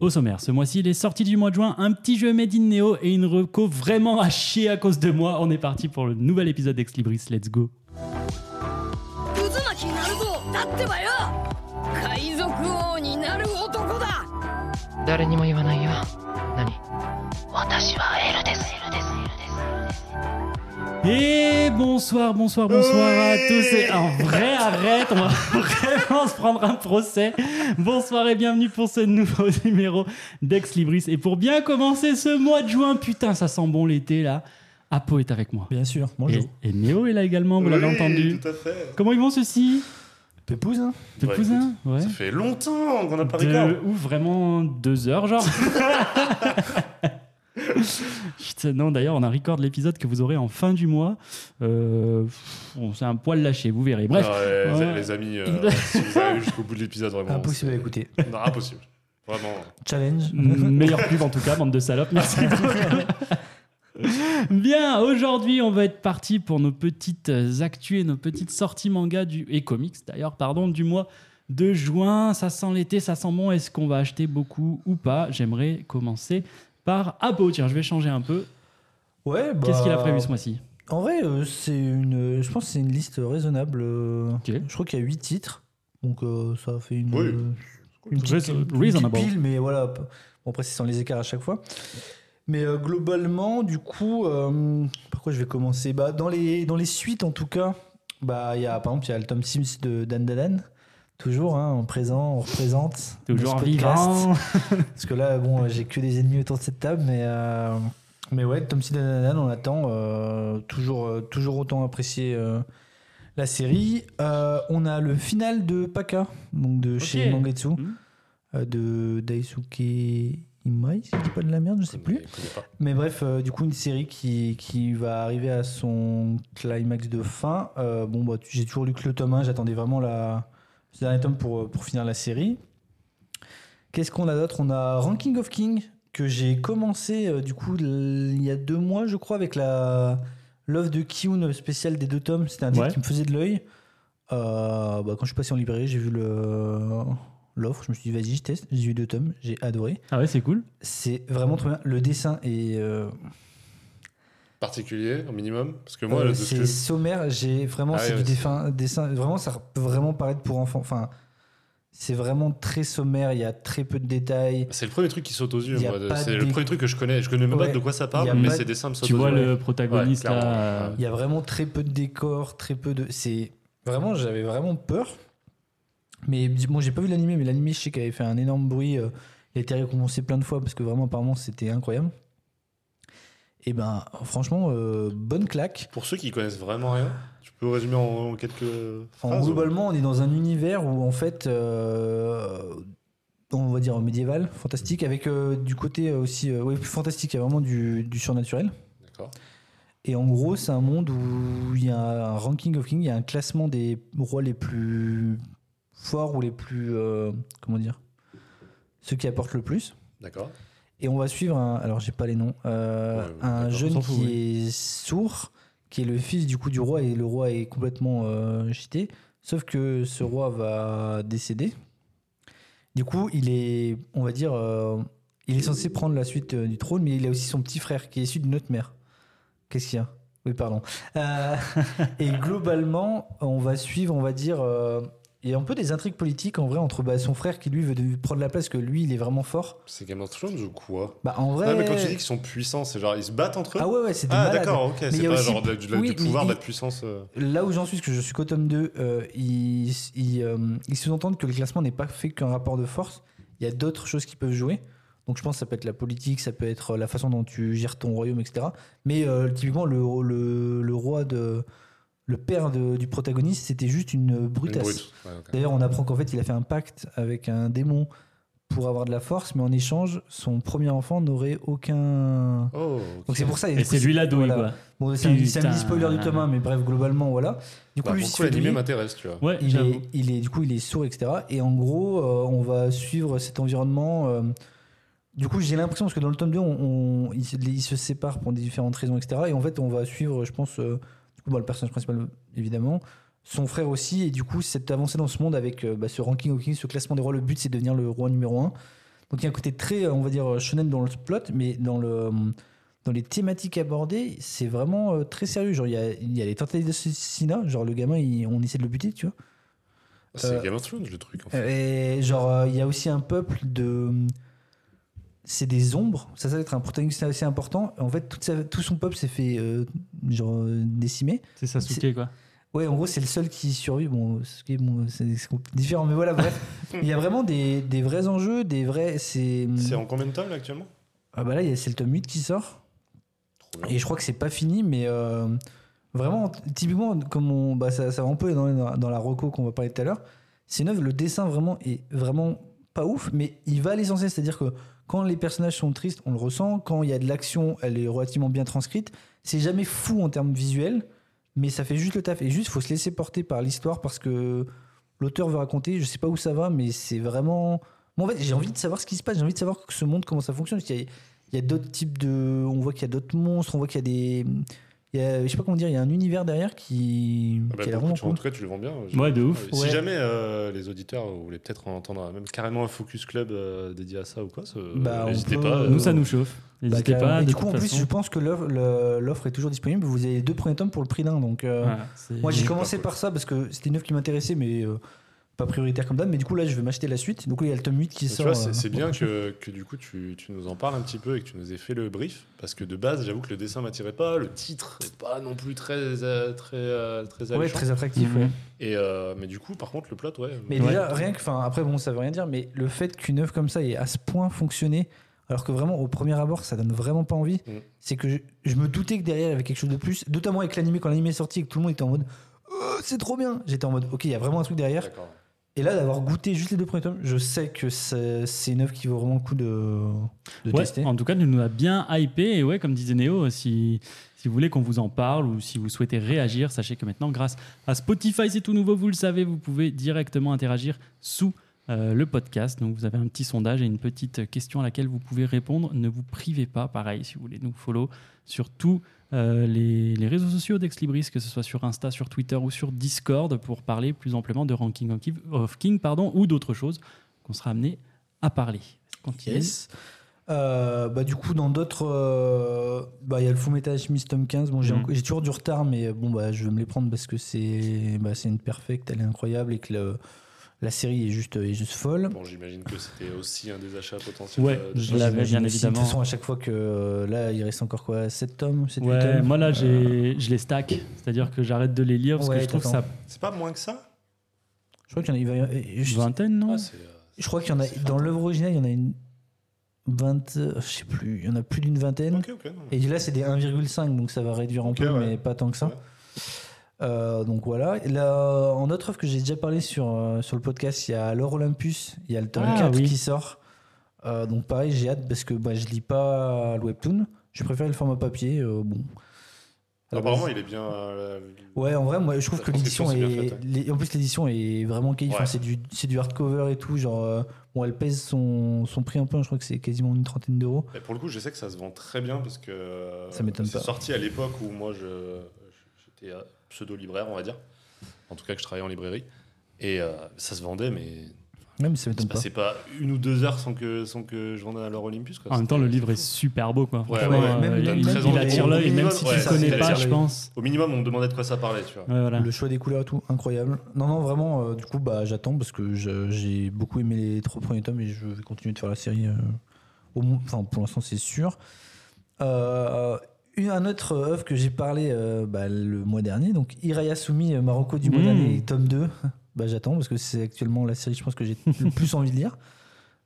Au sommaire, ce mois-ci, les sorties du mois de juin, un petit jeu Made in Neo et une reco vraiment à chier à cause de moi. On est parti pour le nouvel épisode d'Ex Libris, let's go 渦巻きなるぞだってばよ海賊王になる男だ誰にも言わないよ何私はエルですエルですエルです Et bonsoir, bonsoir, bonsoir à tous. Et en vrai, arrête, on va vraiment se prendre un procès. Bonsoir et bienvenue pour ce nouveau numéro d'Ex Libris. Et pour bien commencer ce mois de juin, putain, ça sent bon l'été là. Apo est avec moi. Bien sûr, Et, bonjour. et Néo est là également, vous l'avez Oui, entendu. Tout à fait. Comment ils vont ceux-ci Pépouze, hein Tes Ouais, cousins Ouais. Ça fait longtemps qu'on n'a pas De, regardé. ou vraiment deux heures, genre. Putain, non, d'ailleurs, on a record l'épisode que vous aurez en fin du mois. Euh, pff, on s'est un poil lâché, vous verrez. Bref, Ouais, Ouais. Les amis, euh, si vous avez jusqu'au bout de l'épisode, vraiment. Impossible à écouter. c'est- Non, impossible. Vraiment. Challenge. meilleure pub en tout cas, bande de salopes. Merci beaucoup. Bien, aujourd'hui, on va être parti pour nos petites euh, actus et nos petites sorties manga du, et comics d'ailleurs, pardon, du mois de juin. Ça sent l'été, ça sent bon. Est-ce qu'on va acheter beaucoup ou pas J'aimerais commencer par Abo. Tiens, je vais changer un peu. Ouais, bah, Qu'est-ce qu'il a prévu ce mois-ci En vrai, euh, c'est une, je pense que c'est une liste raisonnable. euh, Ok. Je crois qu'il y a 8 titres, donc euh, ça fait une, Oui. euh, une petite, Raison- une petite reasonable. pile, mais voilà. p- Bon, après, c'est sans les écarts à chaque fois. Mais euh, globalement, du coup, euh, par quoi je vais commencer bah, dans, les, dans les suites, en tout cas, bah, il y a, par exemple, il y a le tome 6 de Dan Dan. Toujours, hein, en présent, on représente. dans ce Toujours podcast. vivant. Parce que là, bon, euh, j'ai que des ennemis autour de cette table, mais, euh, mais ouais, Tom Sid on attend. euh, toujours, euh, toujours autant apprécié euh, la série. Euh, on a le final de Paka, donc de chez Mangetsu, Mhm. euh, de Daisuke Imai, si je dis pas de la merde, je sais plus. Je connais pas. Mais bref, euh, du coup, une série qui, qui va arriver à son climax de fin. Euh, bon, bah, tu- j'ai toujours lu que le tome 1, j'attendais vraiment la, ce dernier tome pour, euh, pour finir la série. Qu'est-ce qu'on a d'autre On a Ranking of King, que j'ai commencé euh, du coup l- il y a deux mois, je crois, avec la l'œuvre de Kiun spéciale des deux tomes. C'était un titre Ouais. qui me faisait de l'œil. Euh, bah, quand je suis passé en librairie, j'ai vu le- l'offre, je me suis dit vas-y, je teste. J'ai eu deux tomes, j'ai adoré. Ah ouais, c'est cool. C'est vraiment trop bien. Le dessin est. euh, Particulier, au minimum. Parce que moi, euh, le- de ce c'est que- sommaire, j'ai vraiment Ah c'est ouais, du ouais, c'est- défin- dessin, vraiment ça peut vraiment paraître pour enfants. Enfin, c'est vraiment très sommaire, il y a très peu de détails. c'est le premier truc qui saute aux yeux. Y a moi, de- pas C'est des- le premier truc que je connais. Je connais même Ouais. pas de quoi ça Y parle, a mais pas- ces dessins me sautent Tu aux vois yeux. le protagoniste Ouais, clairement. là. euh, Il y a vraiment très peu de décors, très peu de c'est vraiment j'avais vraiment peur. Mais bon, j'ai pas vu l'animé, mais l'animé je sais qu'il avait fait un énorme bruit, euh, il a été récompensé plein de fois parce que vraiment apparemment c'était incroyable. Et ben franchement euh, bonne claque. Pour ceux qui connaissent vraiment rien, tu peux résumer en, en quelques En phrases. hein. ou- globalement, on est dans un univers où en fait, euh, on va dire médiéval, fantastique, avec euh, du côté euh, aussi, euh, ouais, plus fantastique, il y a vraiment du, du surnaturel. D'accord. Et en gros, c'est un monde où il y a un ranking of kings, il y a un classement des rois les plus forts ou les plus, euh, comment dire, ceux qui apportent le plus. D'accord. Et on va suivre un, alors j'ai pas les noms, euh, Ouais, ouais, un d'accord, jeune on s'en qui fout, est sourd, qui est le fils du coup du roi et le roi est complètement euh, cheaté. Sauf que ce roi va décéder. Du coup, il est, on va dire, euh, il est censé prendre la suite euh, du trône, mais il a aussi son petit frère qui est issu d'une autre mère. Qu'est-ce qu'il y a Oui, pardon. Euh, et globalement, on va suivre, on va dire. euh, il y a un peu des intrigues politiques en vrai entre bah, son frère qui lui veut de- prendre la place, que lui il est vraiment fort. C'est Game of Thrones ou quoi Bah en vrai. Non, mais quand tu dis qu'ils sont puissants, c'est genre ils se battent entre eux. Ah ouais, ouais, c'est des Ah, malades. d'accord, ok. il y C'est a pas aussi- genre de- de- oui, du pouvoir, il- de la puissance. euh. Là où j'en suis, parce que je suis qu'au tome 2, euh, ils, ils, euh, ils sous-entendent que le classement n'est pas fait qu'un rapport de force. Il y a d'autres choses qui peuvent jouer. Donc je pense que ça peut être la politique, ça peut être la façon dont tu gères ton royaume, etc. Mais euh, typiquement, le, le, le roi de. Le père de- du protagoniste, c'était juste une Une brutasse. brute. Ouais, ok. D'ailleurs, on apprend qu'en fait, il a fait un pacte avec un démon pour avoir de la force, mais en échange, son premier enfant n'aurait aucun. Oh, ok. Donc c'est pour ça. Et c'est lui l'ado, voilà. quoi. Bon, c'est un, Putain. c'est un mini spoiler du tome 1, mais bref, globalement, voilà. Du coup, Bah, pour lui, il le se coup, fait l'animé griller, m'intéresse, tu vois. Ouais, il j'avoue. est, il est- du coup, il est sourd, etc. Et en gros, euh, on va suivre cet environnement. euh, du coup, j'ai l'impression, parce que dans le tome 2, on, on- ils, se- ils se séparent pour des différentes raisons, etc. Et en fait, on va suivre, je pense, euh, du coup, bah, le personnage principal, évidemment, son frère aussi. Et du coup, cette avancée dans ce monde avec euh, bah, ce ranking hawking, ce classement des rois, le but, c'est de devenir le roi numéro 1. Donc il y a un côté très, on va dire, euh, shonen dans le plot, mais dans, le, dans les thématiques abordées, c'est vraiment euh, très sérieux. Genre, il y a, il y a les tentatives d'assassinat, genre le gamin, il- on essaie de le buter, tu vois. Ah, C'est Euh, Game of Thrones le truc en fait. Et genre, euh, il y a aussi un peuple de. C'est des ombres, ça, ça va être un protagoniste assez important. En fait, toute sa- tout son peuple s'est fait euh, genre, euh, décimer. C'est Sasuke, quoi. Ouais, en gros, c'est le seul qui survit. Bon, ce qui est- bon, c'est c'est compl- différent, mais voilà, bref. il y a vraiment des, des vrais enjeux, des vrais. C'est. C'est en combien de temps là, actuellement Ah bah là, il y a- c'est le tome 8 qui sort. Trop bien. Et je crois que c'est pas fini, mais euh, vraiment, typiquement, comme on, bah, ça, ça va un peu dans, la- dans la reco qu'on va parler tout à l'heure, c'est une œuvre, le dessin vraiment est vraiment pas ouf, mais il va à l'essentiel, c'est-à-dire que quand les personnages sont tristes, on le ressent, quand il y a de l'action, elle est relativement bien transcrite, c'est jamais fou en termes visuels, mais ça fait juste le taf, et juste, faut se laisser porter par l'histoire, parce que l'auteur veut raconter, je sais pas où ça va, mais c'est vraiment... Moi, en fait, j'ai envie de savoir ce qui se passe, j'ai envie de savoir ce monde, comment ça fonctionne, parce qu'il y a- il y a d'autres types de. On voit qu'il y a d'autres monstres, on voit qu'il y a des. Il y a, je sais pas comment dire, il y a un univers derrière qui. Ah bah, qui a l'air par vraiment contre, tu- En cool. tout cas, tu le vends bien. Ouais, de ouf. Ouais, Ouais. Si jamais euh, les auditeurs voulaient peut-être en entendre même carrément un focus club euh, dédié à ça ou quoi, ça- Bah, on n'hésitez peut- pas. euh, Nous, ça nous chauffe. Bah, N'hésitez carrément. pas. Et de du coup, en toute plus, façon. je pense que l'oeuvre- le- l'offre est toujours disponible. Vous avez les deux premiers tomes pour le prix d'un. Donc, euh, Voilà, c'est- moi, j'ai Super commencé cool. par ça parce que c'était une œuvre qui m'intéressait, mais euh, pas prioritaire comme d'hab. Mais du coup, là, je vais m'acheter la suite. Donc, là, il y a le tome 8 qui Tu sort. vois, c'est euh, c'est bien que, que du coup tu, tu nous en parles un petit peu et que tu nous aies fait le brief, parce que de base, j'avoue que le dessin m'attirait pas, le titre n'est pas non plus très euh, très euh, très Ouais, alléchant. très attractif. Mhm. ouais. Et euh, mais du coup, par contre, le plot, ouais. Mais Ouais. déjà, rien que. Enfin, après, bon, ça veut rien dire, mais le fait qu'une œuvre comme ça ait à ce point fonctionné, alors que vraiment, au premier abord, ça donne vraiment pas envie, Mm. c'est que je, je me doutais que derrière, il y avait quelque chose de plus, notamment avec l'animé, quand l'animé est sorti et que tout le monde était en mode. Oh, c'est trop bien! J'étais en mode, ok, il y a vraiment un truc derrière. D'accord. Et là, d'avoir goûté juste les deux premiers tomes, je sais que c'est c'est une œuvre qui vaut vraiment le coup de, de Ouais, tester. En tout cas, tu nous a bien hypé. Et ouais, comme disait Néo, si, si vous voulez qu'on vous en parle ou si vous souhaitez réagir, sachez que maintenant, grâce à Spotify, c'est tout nouveau, vous le savez, vous pouvez directement interagir sous euh, le podcast. Donc, vous avez un petit sondage et une petite question à laquelle vous pouvez répondre. Ne vous privez pas, pareil, si vous voulez nous follow sur tous euh, les, les réseaux sociaux d'Ex Libris, que ce soit sur Insta, sur Twitter ou sur Discord, pour parler plus amplement de Ranking of King, of King, pardon, ou d'autres choses qu'on sera amené à parler. Continue. Yes. Euh, bah, du coup, dans d'autres. euh, bah, Il y a le Fullmetal Alchemist tome 15. Bon, j'ai Mhm. enco- j'ai toujours du retard, mais euh, bon, bah, je vais me les prendre parce que c'est bah, c'est une perfecte, elle est incroyable et que le- la série est juste, est juste folle. Bon, j'imagine que c'était aussi un des achats potentiels. Ouais, euh, de- je l'avais J'imagine bien aussi, De évidemment. toute façon, à chaque fois que. euh, Là, il reste encore quoi 7 tomes 7 Ouais, tomes moi là, j'ai, je les stack, c'est-à-dire que j'arrête de les lire parce euh, Ouais, que je trouve que t'attends. ça C'est pas moins que ça Je crois qu'il y en a. il va y- je- vingtaine, non Ah, c'est, euh, Je crois qu'il y en a. Dans l'œuvre originale, il y en a une. 20. euh, Je sais plus. Il y en a plus d'une vingtaine. Ok, ok. non. Et là, c'est des 1,5, donc ça va réduire un Ok, peu, ouais. mais pas tant que ça. Ouais. Euh, donc voilà. Et Là, en autre œuvre que j'ai déjà parlé sur, euh, sur le podcast, il y a L'Or Olympus, il y a le tome Ah, 4 oui. qui sort. Euh, donc pareil, j'ai hâte parce que bah, je lis pas le webtoon. Je préfère le format papier. euh, bon. À Ah, la Apparemment, base- il est bien. euh, la- Ouais, en vrai, moi, je trouve La que l'édition est. transcription, c'est bien faite, l'é- En plus, l'édition est vraiment quali. Enfin, Ouais. c'est du, c'est du hardcover et tout. Genre, euh, bon, elle pèse son, son prix un peu. hein, Je crois que c'est quasiment une trentaine d'euros. Et pour le coup, je sais que ça se vend très bien parce que euh, Ça m'étonne c'est pas. sorti à l'époque où moi je j'étais euh, pseudo-libraire, on va dire. En tout cas, que je travaillais en librairie. Et euh, ça se vendait, mais Même ça il se m'étonne pas. passait pas une ou deux heures sans que, sans que je vende à l'heure Olympus. Quoi. En même temps, le C'était- livre est super beau, quoi. Ouais, Franchement, ouais, euh, même il, dans il- le- il dans attire le- l'œil, et même si ouais, tu connais ça, pas, ça je attire pense. Au minimum, on me demandait de quoi ça parlait, tu vois. Ouais, voilà. Le choix des couleurs et tout, incroyable. Non, non, vraiment, euh, du coup, bah, j'attends parce que je- j'ai beaucoup aimé les trois premiers tomes et je vais continuer de faire la série. euh, au moins, enfin, pour l'instant, c'est sûr. Euh, une, un autre œuvre que j'ai parlé euh, bah, le mois dernier, donc Hirayasumi euh, Marocco du mois Mmh. dernier, tome 2. Bah, j'attends parce que c'est actuellement la série, je pense, que j'ai le plus envie de lire.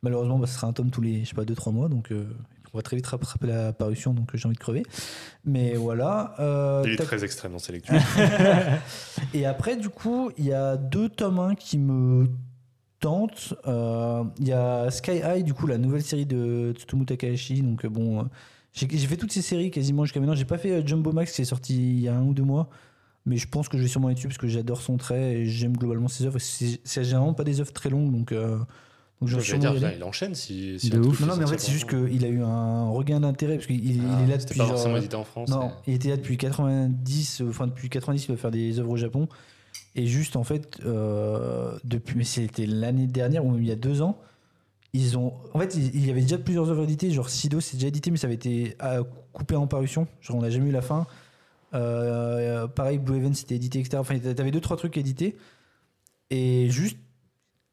Malheureusement, bah, ce sera un tome tous les, je sais pas, 2-3 mois, donc euh, on va très vite rattraper la parution, donc euh, j'ai envie de crever. Mais voilà. euh, Il est tac- très extrême dans ses lectures. et après, du coup, il y a deux tomes 1 qui me tentent. Euh, Il y a Sky High, du coup, la nouvelle série de Tsutomu Takahashi. Donc, euh, bon, euh, j'ai j'ai fait toutes ces séries quasiment jusqu'à maintenant. J'ai pas fait euh, Jumbo Max qui est sorti il y a un ou deux mois. Mais je pense que je vais sûrement aller dessus parce que j'adore son trait et j'aime globalement ses œuvres. C'est c'est généralement pas des œuvres très longues, donc, euh, donc je vais Je vais sûrement dire, y aller. putain, il enchaîne si. si De un ouf. truc Non, non, est mais en sorti fait, c'est avant. juste qu'il a eu un regain d'intérêt parce qu'il il- Ah, il est là c'était depuis. pas genre, forcément édité en France. non, il était là depuis 90, euh, enfin depuis 90, il va faire des œuvres au Japon. Et juste en fait, euh, depuis, mais c'était l'année dernière ou même il y a deux ans, Ils ont. En fait, il il y avait déjà plusieurs œuvres éditées. Genre Sido, c'est déjà édité, mais ça avait été ah, coupé en parution. Genre, on n'a jamais eu la fin. Euh, pareil, Blue Event, c'était édité, etc. Enfin, t'avais deux, trois trucs édités. Et juste,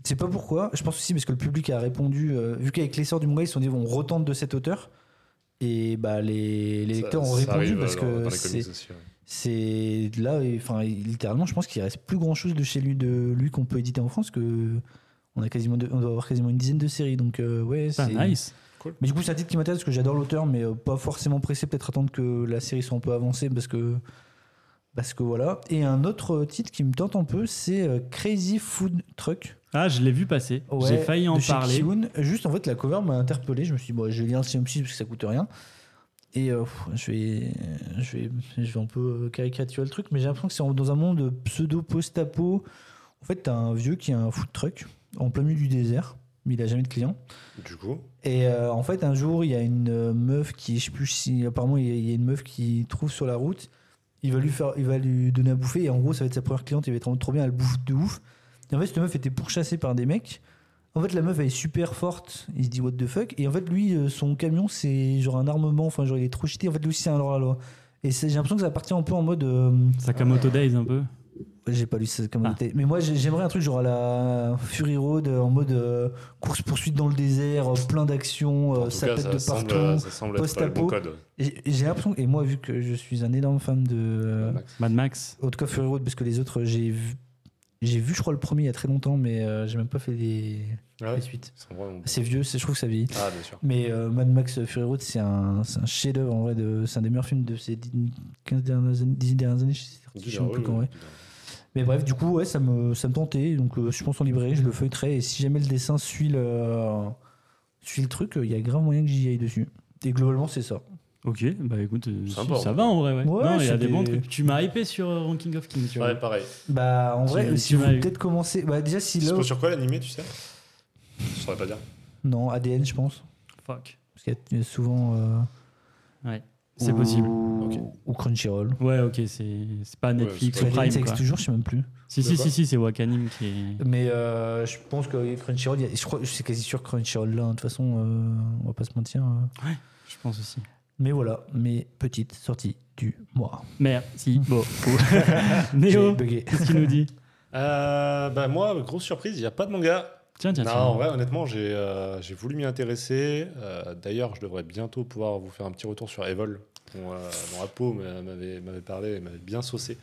je sais pas pourquoi. Je pense aussi parce que le public a répondu. euh, vu qu'avec l'essor du manga, ils se sont dit, on retente de cet auteur. Et bah, les, les Ça- lecteurs ont ça répondu arrive, parce euh, dans- que dans les c'est comics aussi, ouais. c'est là et- enfin littéralement je pense qu'il reste plus grand chose de chez lui de lui qu'on peut éditer en France que on a quasiment deux- on doit avoir quasiment une dizaine de séries donc euh, ouais Putain, c'est nice. mais du coup c'est un titre qui m'intéresse parce que j'adore l'auteur mais euh, pas forcément pressé peut-être attendre que la série soit un peu avancée parce que parce que voilà et un autre titre qui me tente un peu c'est euh, Crazy Food Truck Ah, je l'ai vu passer. Ouais, J'ai failli en de chez parler. Kihoon. juste en fait la cover m'a interpellé je me suis dit bon je vais lire le synopsis parce que ça coûte rien et euh, pff, je vais je vais je vais un peu euh, caricaturer le truc mais j'ai l'impression que c'est en- dans un monde pseudo post-apo en fait t'as un vieux qui a un food truck en plein milieu du désert mais il a jamais de clients Du coup, et euh, en fait, un jour, il y a une euh, meuf qui, je sais plus si, apparemment, il y a- il y a une meuf qui trouve sur la route. Il va lui faire, il va lui donner à bouffer. Et en gros, ça va être sa première cliente. Il va être en mode trop bien, elle bouffe de ouf. Et en fait, cette meuf était pourchassée par des mecs. En fait, la meuf, elle est super forte. Il se dit what the fuck. Et en fait, lui, euh, son camion, c'est genre un armement. Enfin, genre, il est trop cheaté. En fait, lui, c'est un loi Et c'est- j'ai l'impression que ça partit un peu en mode. euh, Sakamoto Days, un peu. j'ai pas lu ça comme Ah. détail. Mais moi, j'ai- j'aimerais un truc genre à la Fury Road, euh, en mode course-poursuite dans le désert, euh, plein d'actions, en euh, tout ça cas, pète ça de semble, partout. ça semble être pas le bon post-apo. code. Et J'ai l'impression, et moi, vu que je suis un énorme fan de. euh, Max. Mad Max. en tout cas, Fury Road, parce que les autres, j'ai vu. J'ai vu, je crois, le premier il y a très longtemps, mais euh, j'ai même pas fait les, Ah les ouais, suites. ils sont vraiment bons. C'est vieux, c'est- je trouve que ça vieillit. Ah, bien sûr. Mais euh, Mad Max Fury Road, c'est un, c'est un chef-d'œuvre en vrai. de- C'est un des meilleurs films de ces 10 15 dernières années, 10 dernières années. Je sais je ah sais même plus quand, ouais. Mais bref, du coup, ouais, ça me, ça me tentait. Donc, euh, je pense en librairie, je le feuilleterai. Et si jamais le dessin suit le, suit le truc, euh, il y a grave moyen que j'y aille dessus. Et globalement, c'est ça. Ok, bah écoute, euh, si, Sympa, hein. ça en va en vrai. Ouais. Ouais, non, il y a c'est des bons des- trucs. Tu m'as hypé sur euh, Ranking of Kings. tu vois. Ouais, pareil. Bah, en Tu- vrai, tu si vous l'as eu. peut-être commencer. Bah, déjà, si là. Dispo sur quoi l'animé, tu sais Je saurais pas dire. Non, ADN, je pense. Fuck. Parce qu'il y a souvent. euh, C'est ou- possible. Ou Crunchyroll. Ouais, ok, c'est c'est pas Netflix c'est pas ou ADN, ça Prime. existe Quoi. toujours, je sais même plus. Si, De si, quoi si, si, c'est Wakanim qui est. Mais euh, je pense que Crunchyroll, il y a- je crois, je suis quasi sûr que Crunchyroll là, hein, de toute façon, euh, on va pas se mentir. euh. Je pense aussi. Mais voilà, mes petites sorties du mois. Merci beaucoup. J'ai Néo, bugué. qu'est-ce qu'il nous dit Euh, bah moi, grosse surprise, il n'y a pas de manga. Tiens, tiens, non, tiens. en vrai, honnêtement, j'ai euh, j'ai voulu m'y intéresser. Euh, D'ailleurs, je devrais bientôt pouvoir vous faire un petit retour sur Evol, dont, euh, dont Apo m'a- m'avait m'avait parlé et m'avait bien saucé.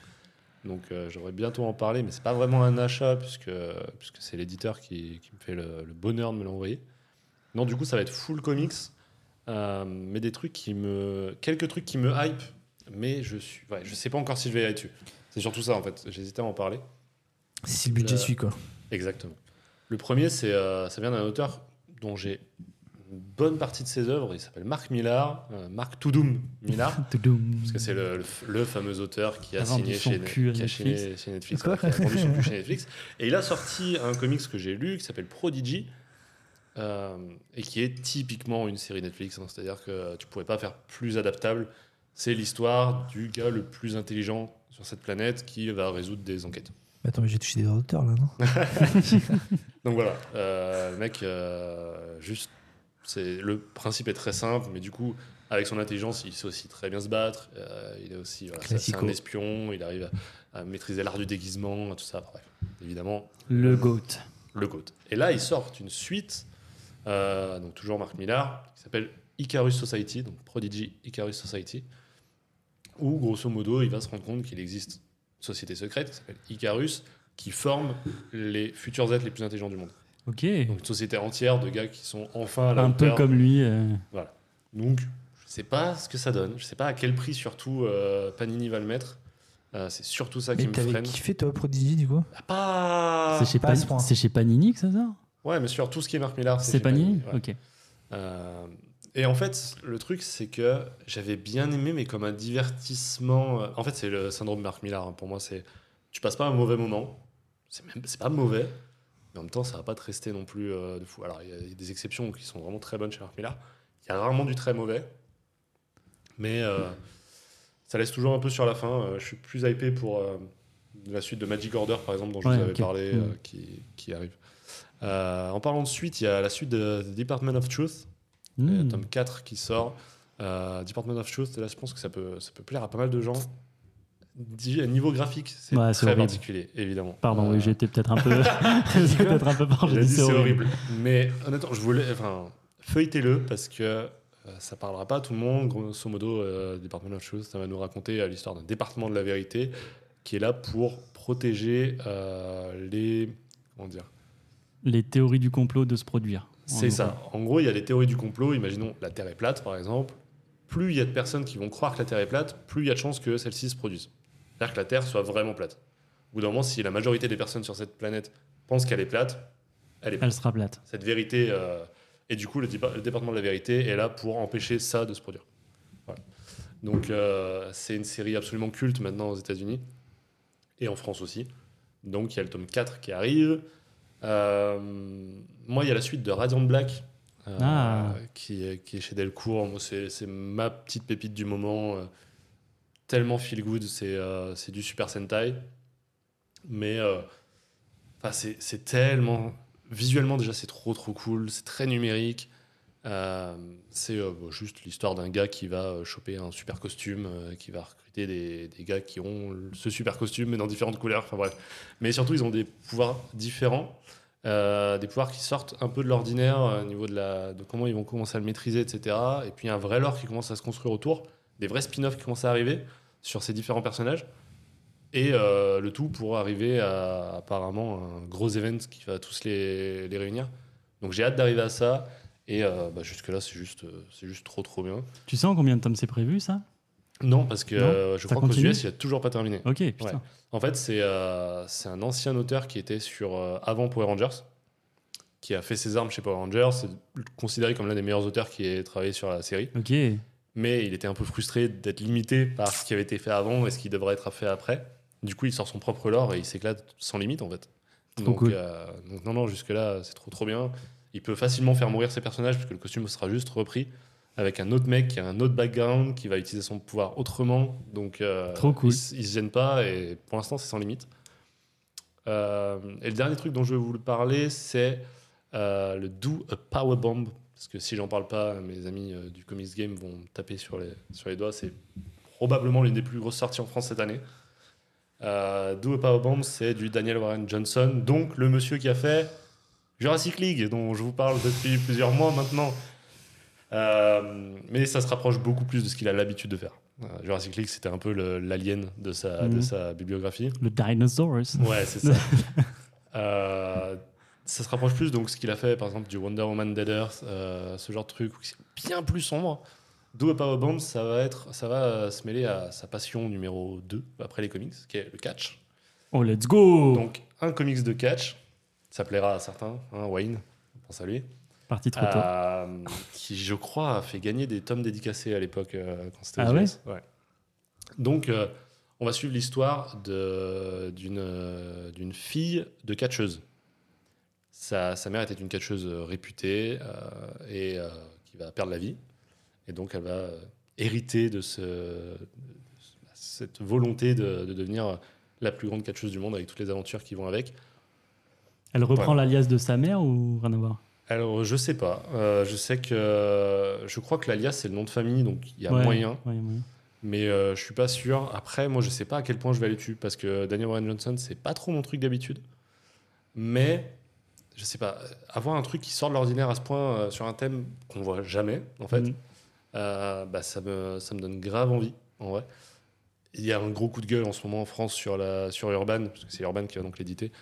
Donc, euh, je devrais bientôt en parler, mais c'est pas vraiment un achat, puisque, puisque c'est l'éditeur qui, qui me fait le, le bonheur de me l'envoyer. Non, du coup, ça va être full comics, euh, mais des trucs qui me. Quelques trucs qui me hype, mais je suis. Ouais, je sais pas encore si je vais y aller dessus. C'est surtout ça, en fait. J'hésitais à en parler. Si le Bah, budget Le- suit, quoi. Exactement. Le premier, c'est, euh, ça vient d'un auteur dont j'ai une bonne partie de ses œuvres. Il s'appelle Marc Millar, euh, Marc Toudoum Millar, Toudoum. parce que c'est le, le f- le fameux auteur qui a A vendu signé son chez, cul à qui a Netflix. signé chez Netflix. Quoi ouais, qui a vendu son cul chez Netflix. Et il a sorti un comics que j'ai lu qui s'appelle Prodigy. euh, et qui est typiquement une série Netflix, hein. c'est-à-dire que tu pourrais pas faire plus adaptable. C'est l'histoire du gars le plus intelligent sur cette planète qui va résoudre des enquêtes. Mais Attends, mais j'ai touché des droits d'auteur là, non Bah, Donc voilà, euh, le mec, euh, juste, c'est le principe est très simple, mais du coup, avec son intelligence, il sait aussi très bien se battre. euh, il est aussi, voilà, c'est c'est un Classico. espion, il arrive à, à maîtriser l'art du déguisement, tout ça. Bref, évidemment, Le GOAT. le GOAT. Et là, ils sortent une suite, euh, donc toujours Marc Millar, qui s'appelle Icarus Society, donc Prodigy Icarus Society, où grosso modo, il va se rendre compte qu'il existe une société secrète qui s'appelle Icarus, qui forme les futurs êtres les plus intelligents du monde. Ok. Donc une société entière de gars qui sont enfin à la Un peu hauteur. comme lui. euh, Donc je sais pas ce que ça donne, je sais pas à quel prix surtout euh, Panini va le mettre. Euh, c'est surtout ça qui Mais me t'avais freine. kiffé toi, Prodigy, du coup Ah, pas. C'est chez, pas à ce Pan- point. c'est chez Panini que ça sort Ouais, mais sur tout ce qui est Marc Millar, C'est Ah, chez Panini ouais. Ok. Euh, et en fait, le truc, c'est que j'avais bien aimé, mais comme un divertissement. euh, En fait, c'est le syndrome de Marc Millar. hein. Pour moi, c'est tu passes pas un mauvais moment. C'est même c'est pas mauvais, mais en même temps, ça va pas te rester non plus euh, de fou. Alors, il y, a- il y a des exceptions qui sont vraiment très bonnes chez Marc Millar. Il y a rarement du très mauvais, mais euh, ça laisse toujours un peu sur la fin. Euh, je suis plus hypé pour euh, la suite de Magic Order, par exemple, dont je Ouais, vous avais ok. parlé, Mmh. euh, qui, qui arrive. Euh, en parlant de suite, il y a la suite de Department of Truth, le Hmm. Euh, tome 4 qui sort. Euh, Department of Truth, là, je pense que ça peut, ça peut plaire à pas mal de gens. Di- Niveau graphique, c'est Ouais, c'est très horrible. particulier, évidemment. Pardon, Euh, oui, j'ai été peut-être un peu. j'ai peut-être un peu fort, Il j'ai a dit dit, c'est horrible. Mais honnêtement, je voulais. Enfin, feuilletez-le parce que euh, ça parlera pas à tout le monde. Grosso modo, euh, Department of Truth, ça va nous raconter euh, l'histoire d'un département de la vérité qui est là pour protéger euh, les. Comment dire Les théories du complot de se produire. C'est En ça. En gros, il y a les théories du complot. Imaginons la Terre est plate, par exemple. Plus il y a de personnes qui vont croire que la Terre est plate, plus il y a de chances que celle-ci se produise. C'est-à-dire que la Terre soit vraiment plate. Au bout d'un moment, si la majorité des personnes sur cette planète pensent qu'elle est plate, elle est plate Elle sera plate. cette vérité. euh, et du coup, le, dépa- le département de la vérité est là pour empêcher ça de se produire. Voilà. Donc, euh, c'est une série absolument culte maintenant aux États-Unis et en France aussi. Donc, il y a le tome 4 qui arrive. Euh, moi, il y a la suite de Radiant Black euh, Ah. qui, est- qui est chez Delcourt. Moi, c'est c'est ma petite pépite du moment. euh, tellement feel good, c'est euh, c'est du Super Sentai. Mais euh, enfin, c'est c'est tellement. Visuellement, déjà, c'est trop trop cool. C'est très numérique. Euh, c'est euh, bon, juste l'histoire d'un gars qui va euh, choper un super costume, euh, qui va recruter des, des gars qui ont le- ce super costume, mais dans différentes couleurs. Enfin bref. Mais surtout, ils ont des pouvoirs différents. euh, des pouvoirs qui sortent un peu de l'ordinaire euh, au niveau de, la, de comment ils vont commencer à le maîtriser, etc. Et puis un vrai lore qui commence à se construire autour, des vrais spin-offs qui commencent à arriver sur ces différents personnages. Et euh, le tout pour arriver à apparemment un gros event qui va tous les, les réunir. Donc j'ai hâte d'arriver à ça. Et euh, bah, jusque-là, c'est juste, euh, c'est juste trop trop bien. Tu sais en combien de tomes c'est prévu, ça Non, parce que Non, euh, je ça crois qu'aux continue US, il a toujours pas terminé. Ok, putain. Ouais. En fait, c'est euh, c'est un ancien auteur qui était sur euh, avant Power Rangers, qui a fait ses armes chez Power Rangers, c'est considéré comme l'un des meilleurs auteurs qui ait travaillé sur la série. Ok. mais il était un peu frustré d'être limité par ce qui avait été fait avant et ce qui devrait être fait après. Du coup, il sort son propre lore et il s'éclate sans limite en fait. Trop donc, cool. euh, donc non, non, jusque là, c'est trop trop bien. Il peut facilement faire mourir ses personnages parce que le costume sera juste repris avec un autre mec qui a un autre background qui va utiliser son pouvoir autrement. Donc euh, Trop cool. Il, s- il se gêne pas et pour l'instant, c'est sans limite. Euh, et le dernier truc dont je vais vous parler, c'est euh, le Do a Power Bomb. Parce que si j'en parle pas, mes amis euh, du Comics Game vont me taper sur les, sur les doigts. C'est probablement l'une des plus grosses sorties en France cette année. Euh, Do a Power Bomb, c'est du Daniel Warren Johnson, donc le monsieur qui a fait Jurassic League, dont je vous parle depuis plusieurs mois maintenant. Euh, mais ça se rapproche beaucoup plus de ce qu'il a l'habitude de faire. Euh, Jurassic League, c'était un peu le- l'alien de sa, de Mhm. sa bibliographie. Le Dinosaurus. Ouais, c'est ça. Euh, ça se rapproche plus, donc ce qu'il a fait, par exemple, du Wonder Woman Dead Earth, euh, ce genre de truc, c'est bien plus sombre. D'où a Powerbomb, ça va, être, ça va euh, se mêler à sa passion numéro 2, après les comics, qui est le catch. Oh, let's go Donc, un comics de catch, ça plaira à certains, hein, Wayne, je pense à lui, Parti trop tôt. euh, qui, je crois, a fait gagner des tomes dédicacés à l'époque euh, quand c'était aux Ah ouais US. Ouais. Donc, euh, on va suivre l'histoire de- d'une euh, d'une fille de catcheuse. Sa, sa mère était une catcheuse réputée euh, et euh, qui va perdre la vie. Et donc, elle va euh, hériter de, ce, de cette volonté de, de devenir la plus grande catcheuse du monde avec toutes les aventures qui vont avec. Elle reprend l'alias de sa mère ou rien à voir Alors, je sais pas. Euh, je sais que. euh, Je crois que l'alias, c'est le nom de famille, donc il y a Ouais, moyen. ouais, moyen. Mais euh, je suis pas sûr. Après, moi, je sais pas à quel point je vais aller dessus, parce que Daniel Warren Johnson, c'est pas trop mon truc d'habitude. Mais, je sais pas. Avoir un truc qui sort de l'ordinaire à ce point euh, sur un thème qu'on voit jamais, en fait, Mhm. euh, bah, ça, me, ça me donne grave envie, en vrai. Il y a un gros coup de gueule en ce moment en France sur, la, sur Urban, parce que c'est Urban qui va donc l'éditer,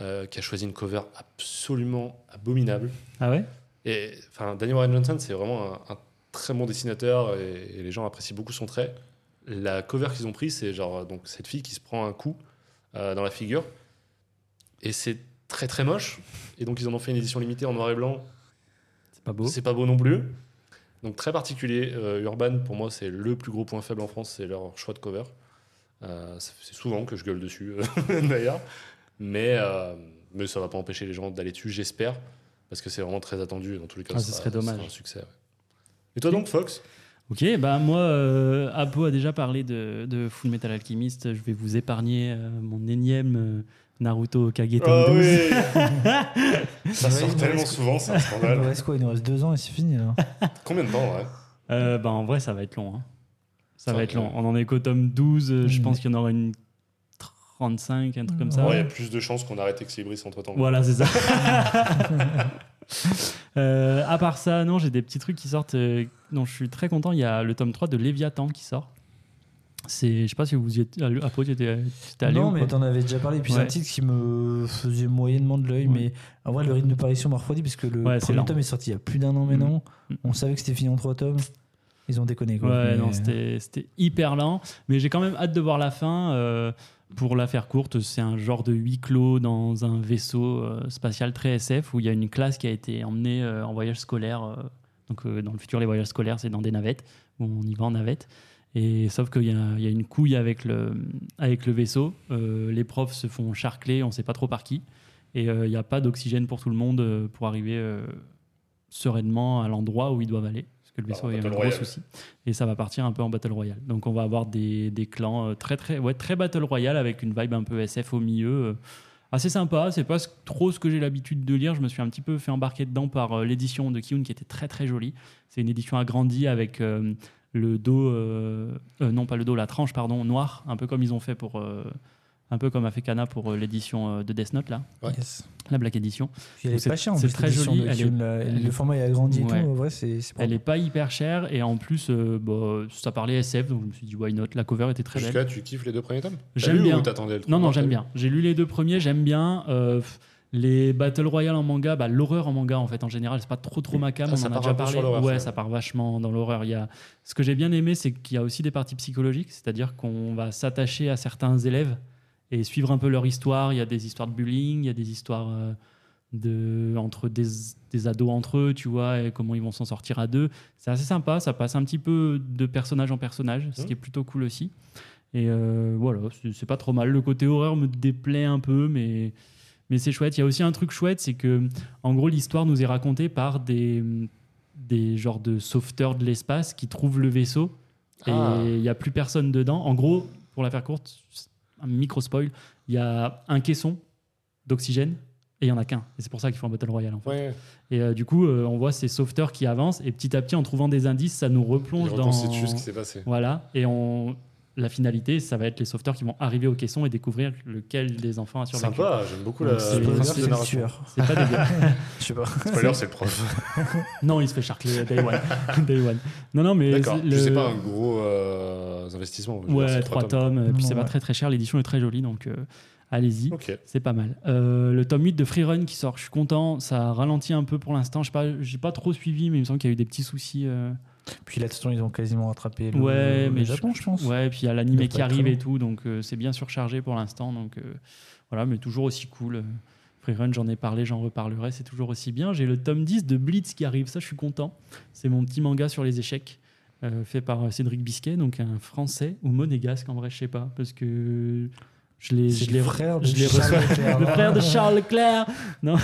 euh, qui a choisi une cover absolument abominable. Ah ouais Et enfin, Daniel Warren Johnson, c'est vraiment un, un très bon dessinateur et, et les gens apprécient beaucoup son trait. La cover qu'ils ont pris, c'est genre donc cette fille qui se prend un coup euh, dans la figure et c'est très très moche. Et donc ils en ont fait une édition limitée en noir et blanc. C'est pas beau. C'est pas beau non plus. Donc très particulier. Euh, Urban, pour moi, c'est le plus gros point faible en France, c'est leur choix de cover. Euh, ça- c'est souvent que je gueule dessus, d'ailleurs. Mais, euh, mais ça va pas empêcher les gens d'aller dessus, j'espère. Parce que c'est vraiment très attendu. et Dans tous les cas, Ah, ce ce sera- serait dommage. ce sera un succès. ouais. Et toi donc, Fox Ok, bah moi, euh, Apo a déjà parlé de, de Full Metal Alchemist. Je vais vous épargner euh, mon énième euh, Naruto Kage Ah tome 12. oui Ça Ouais, sort il tellement reste- souvent, c'est un Il nous scandale. reste quoi Il nous reste deux ans et c'est fini là. Combien de temps, ouais Euh, bah, en vrai, ça va être long. hein. Ça va Ça, être long. ouais. On en est qu'au tome 12. euh, Je Mm. pense qu'il y en aura une 35, un truc comme Il ça. y a plus de chances qu'on arrête Exibris entre temps. Voilà, c'est ça. Euh, à part ça, non, j'ai des petits trucs qui sortent euh, dont je suis très content. Il y a le tome 3 de Léviathan qui sort. C'est, je sais pas si vous y êtes, à Pau, tu étais, tu étais allé non, ou mais pas t'en avais déjà parlé. Puis c'est Ouais. un titre qui me faisait moyennement de l'œil, Ouais. mais en vrai, le rythme de parution m'a refroidi parce que le Ouais, c'est premier lent. tome est sorti il y a plus d'un an maintenant. Mm. On savait que c'était fini en trois tomes. Ils ont déconné quoi. Ouais, Mais- euh, non, c'était c'était hyper lent. Mais j'ai quand même hâte de voir la fin. euh, pour la faire courte, c'est un genre de huis clos dans un vaisseau euh, spatial très SF où il y a une classe qui a été emmenée euh, en voyage scolaire. euh, donc, euh, dans le futur, les voyages scolaires, c'est dans des navettes où on y va en navette. Et sauf qu'il y, a- il y a une couille avec le, avec le vaisseau. Euh, les profs se font charcler, on ne sait pas trop par qui. Et euh, il n'y a pas d'oxygène pour tout le monde euh, pour arriver euh, sereinement à l'endroit où ils doivent aller. Parce que le Bah, vaisseau est Battle un gros Royale. souci. Et ça va partir un peu en Battle Royale. Donc on va avoir des, des clans euh, très, très, ouais, très Battle Royale avec une vibe un peu SF au milieu. euh, assez sympa. C'est pas ce- trop ce que j'ai l'habitude de lire. Je me suis un petit peu fait embarquer dedans par euh, l'édition de Kiyun qui était très très jolie. C'est une édition agrandie avec euh, le dos, euh, euh, non pas le dos, la tranche pardon noire, un peu comme ils ont fait pour, euh, un peu comme a fait Kana pour euh, l'édition euh, de Death Note là, Ouais. Yes. la Black Edition. Puis elle est C'est- pas chère en c'est plus, très l'édition joli, de elle Kyun, est- là. elle Le est- format est agrandi et Ouais. tout. En vrai, c'est c'est pas Elle est pas hyper chère et en plus euh, bah, ça parlait SF donc je me suis dit why not. La cover était très belle. Jusque-là, tu kiffes les deux premiers tomes T'as J'aime lu bien. Ou t'attendais le Non, non, troisième j'aime bien. J'ai lu les deux premiers, j'aime bien. Euh, pff, les Battle Royale en manga, bah, l'horreur en manga, en fait, en général, c'est pas trop trop ma cam, Ah, on ça en a part déjà un peu sur parlé. l'horreur, Ouais, finalement. ça part vachement dans l'horreur. Il y a... Ce que j'ai bien aimé, c'est qu'il y a aussi des parties psychologiques, c'est-à-dire qu'on va s'attacher à certains élèves et suivre un peu leur histoire. Il y a des histoires de bullying, il y a des histoires euh, de, entre des, des ados entre eux, tu vois, et comment ils vont s'en sortir à deux. C'est assez sympa, ça passe un petit peu de personnage en personnage, ce Mhm. qui est plutôt cool aussi. Et euh, voilà, c'est- c'est pas trop mal. Le côté horreur me déplaît un peu, mais, mais c'est chouette. Il y a aussi un truc chouette, c'est que, en gros, l'histoire nous est racontée par des, des genres de sauveteurs de l'espace qui trouvent le vaisseau et il Ah. n'y a plus personne dedans. En gros, pour la faire courte, un micro spoil, il y a un caisson d'oxygène et il y en a qu'un. Et c'est pour ça qu'il faut un Battle Royale. en fait. Ouais, Et euh, du coup, euh, on voit ces sauveteurs qui avancent et petit à petit, en trouvant des indices, ça nous il replonge dans. reconstitue ce qui s'est passé. Voilà, et on... la finalité, ça va être les sauveteurs qui vont arriver au caisson et découvrir lequel des enfants a survécu. Sympa, j'aime beaucoup Donc, la c'est- Euh, le Spoiler, principe de c'est le narration. tueur. C'est pas dégueu. Je sais pas. Spoiler, c'est le prof. non, il se fait charcler euh, day one. Day one. Non, non, mais. D'accord. c'est Je le- sais pas, un gros euh, investissement. je veux dire, Ouais, c'est trois tomes, euh, puis Non, c'est pas ouais. très très cher, l'édition est très jolie, donc euh, allez-y. Ok. C'est pas mal. Euh, le tome 8 de Freerun qui sort, je suis content. Ça ralentit un peu pour l'instant. Je sais pas, j'ai pas trop suivi, mais il me semble qu'il y a eu des petits soucis. euh, Puis là, de toute façon, ils ont quasiment rattrapé le, Ouais, le mais Japon, je pense. Ouais, et puis il y a Ils l'animé doivent qui pas être arrive très et tout, donc euh, c'est bien surchargé pour l'instant. Donc euh, voilà, mais toujours aussi cool. Euh, Freerun, j'en ai parlé, j'en reparlerai, c'est toujours aussi bien. J'ai le tome 10 de Blitz qui arrive, ça je suis content. C'est mon petit manga sur les échecs, euh, fait par Cédric Bisquet, donc un français ou monégasque en vrai, je sais pas, parce que je l'ai. C'est je le l'ai- frère de je l'ai Charles reçu- Leclerc. le frère de Charles Leclerc. Non,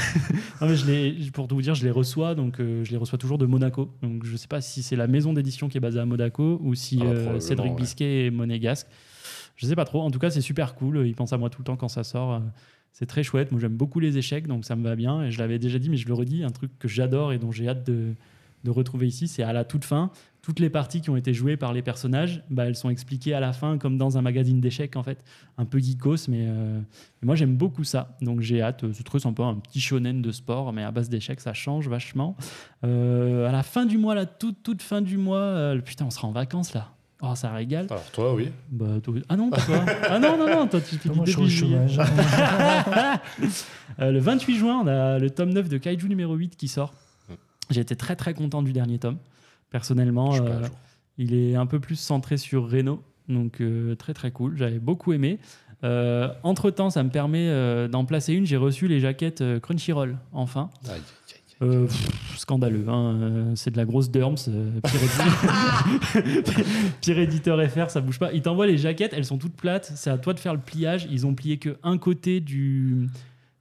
non mais je l'ai- pour tout vous dire, je les reçois, donc euh, je les reçois toujours de Monaco. Donc je sais pas si c'est la maison d'édition qui est basée à Monaco ou si Ah, euh, probablement, Cédric ouais. Bisquet est monégasque. Je sais pas trop. En tout cas, c'est super cool. Il pense à moi tout le temps quand ça sort. Euh, C'est très chouette. Moi, j'aime beaucoup les échecs, donc ça me va bien. Et je l'avais déjà dit, mais je le redis, un truc que j'adore et dont j'ai hâte de, de retrouver ici, c'est à la toute fin. Toutes les parties qui ont été jouées par les personnages, bah, elles sont expliquées à la fin comme dans un magazine d'échecs en fait, un peu geekos, mais euh, mais moi, j'aime beaucoup ça. Donc, j'ai hâte. Euh, Ce truc, c'est un peu un petit shonen de sport, mais à base d'échecs, ça change vachement. Euh, à la fin du mois, là, toute, toute fin du mois, euh, putain, on sera en vacances, là. Oh, ça régale. Alors, toi, oui. Bah, toi- ah non, pas toi. Ah non, non, non, toi, tu finis Moi, je suis début au juillet. chômage. Euh, le 28 juin, on a le tome 9 de Kaiju numéro 8 qui sort. J'ai été très, très content du dernier tome. Personnellement, Je suis pas euh, à jour. il est un peu plus centré sur Reno, donc euh, très très cool. J'avais beaucoup aimé. Euh, entre temps, ça me permet euh, d'en placer une. J'ai reçu les jaquettes euh, Crunchyroll, enfin. Aïe, aïe, aïe. Euh, pff, scandaleux, hein. Euh, c'est de la grosse derms. euh, pire, éditeur. Pire éditeur FR, ça bouge pas. Ils t'envoient les jaquettes, elles sont toutes plates. C'est à toi de faire le pliage. Ils ont plié que un côté du,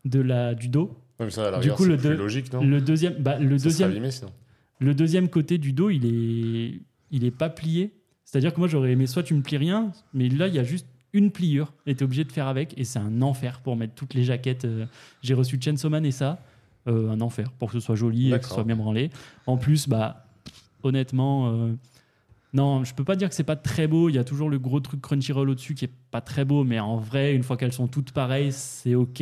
de la, du dos. Ouais, mais ça, à la Du rigueur, coup, le c'est plus deux- logique, non Le deuxième, bah, le Ça serait deuxième, abîmé, sinon. le deuxième côté du dos, il est, il est pas plié. C'est-à-dire que moi, j'aurais aimé soit tu me plies rien, mais là, il y a juste une pliure et t'es obligé de faire avec. Et c'est un enfer pour mettre toutes les jaquettes. euh, J'ai reçu Chainsaw Man et ça. euh, un enfer pour que ce soit joli et que ce D'accord. soit bien branlé. En plus, bah, honnêtement, euh, non, je peux pas dire que c'est pas très beau. Il y a toujours le gros truc Crunchyroll au-dessus qui est pas très beau, mais en vrai, une fois qu'elles sont toutes pareilles, c'est ok.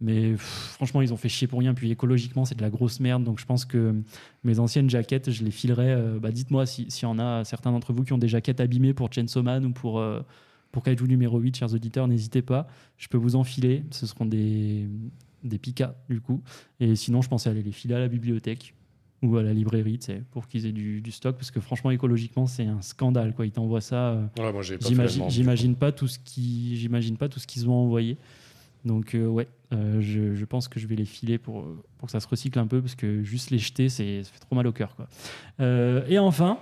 Mais pff, franchement, ils ont fait chier pour rien. Puis écologiquement, c'est de la grosse merde. Donc je pense que mes anciennes jaquettes, je les filerais. euh, bah, Dites-moi si- s'il y en a certains d'entre vous qui ont des jaquettes abîmées pour Chainsaw Man ou pour, euh, pour Kaiju numéro 8, chers auditeurs, n'hésitez pas. Je peux vous en filer. Ce seront des, des pikas, du coup. Et sinon, je pensais aller les filer à la bibliothèque ou à la librairie, tu sais, pour qu'ils aient du, du stock. Parce que franchement, écologiquement, c'est un scandale. Quoi. Ils t'envoient ça. euh, Ouais, moi, j'ai pas fait la J'imagine, demande. j'imagine pas tout ce qui, j'imagine pas tout ce qu'ils ont envoyé. Donc euh, ouais, euh, je, je pense que je vais les filer pour pour que ça se recycle un peu parce que juste les jeter, c'est ça fait trop mal au cœur quoi. Euh, et enfin,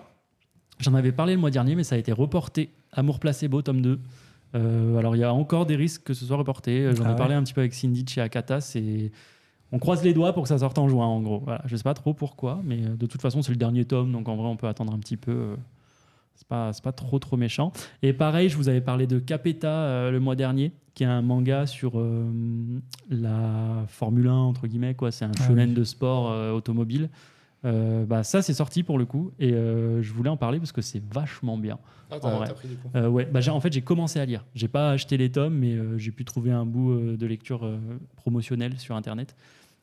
j'en avais parlé le mois dernier, mais ça a été reporté. Amour placebo tome 2. Euh, alors il y a encore des risques que ce soit reporté. Euh, J'en Ah ai ouais. parlé un petit peu avec Cindy de chez Akata. C'est on croise les doigts pour que ça sorte en juin, en gros. Voilà, je sais pas trop pourquoi, mais euh, de toute façon, c'est le dernier tome, donc en vrai, on peut attendre un petit peu. euh, C'est pas, c'est pas trop, trop méchant. Et pareil, je vous avais parlé de Capeta euh, le mois dernier, qui est un manga sur euh, la Formule 1, entre guillemets, quoi. C'est un Ah shonen oui. de sport euh, automobile. Euh, bah, ça, c'est sorti pour le coup, et euh, je voulais en parler parce que c'est vachement bien. Ah, en t'as vrai. t'as pris du coup. Euh, ouais, bah, j'ai- en fait, j'ai commencé à lire. J'ai pas acheté les tomes, mais euh, j'ai pu trouver un bout euh, de lecture euh, promotionnelle sur Internet.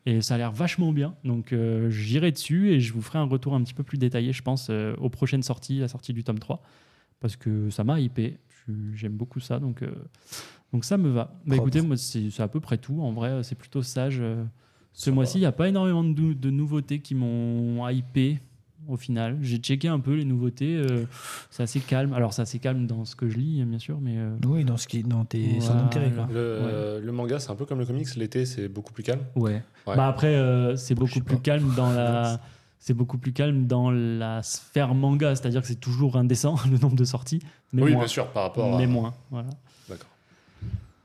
Et ça a l'air vachement bien. Donc, euh, j'irai dessus et je vous ferai un retour un petit peu plus détaillé, je pense, euh, aux prochaines sorties, la sortie du tome 3. Parce que ça m'a hypé. Je- J'aime beaucoup ça. Donc, euh, donc ça me va. Bah, Propre. écoutez, moi, c'est c'est à peu près tout. En vrai, euh, c'est plutôt sage. euh, ce Ça mois-ci, va. il n'y a pas énormément de, nou- de nouveautés qui m'ont hypé au final. J'ai checké un peu les nouveautés. euh, c'est assez calme. Alors, c'est assez calme dans ce que je lis, bien sûr, mais. euh, Oui, dans, ce qui, dans tes Voilà. centres d'intérêt, quoi. Le, euh, le manga, c'est un peu comme le comics. L'été, c'est beaucoup plus calme. Ouais. Ouais. Bah après, euh, c'est Je beaucoup sais plus pas. calme dans la. C'est beaucoup plus calme dans la sphère manga, c'est-à-dire que c'est toujours indécent le nombre de sorties, mais oui, moins. bien sûr, par rapport. Mais à... moins, voilà. D'accord.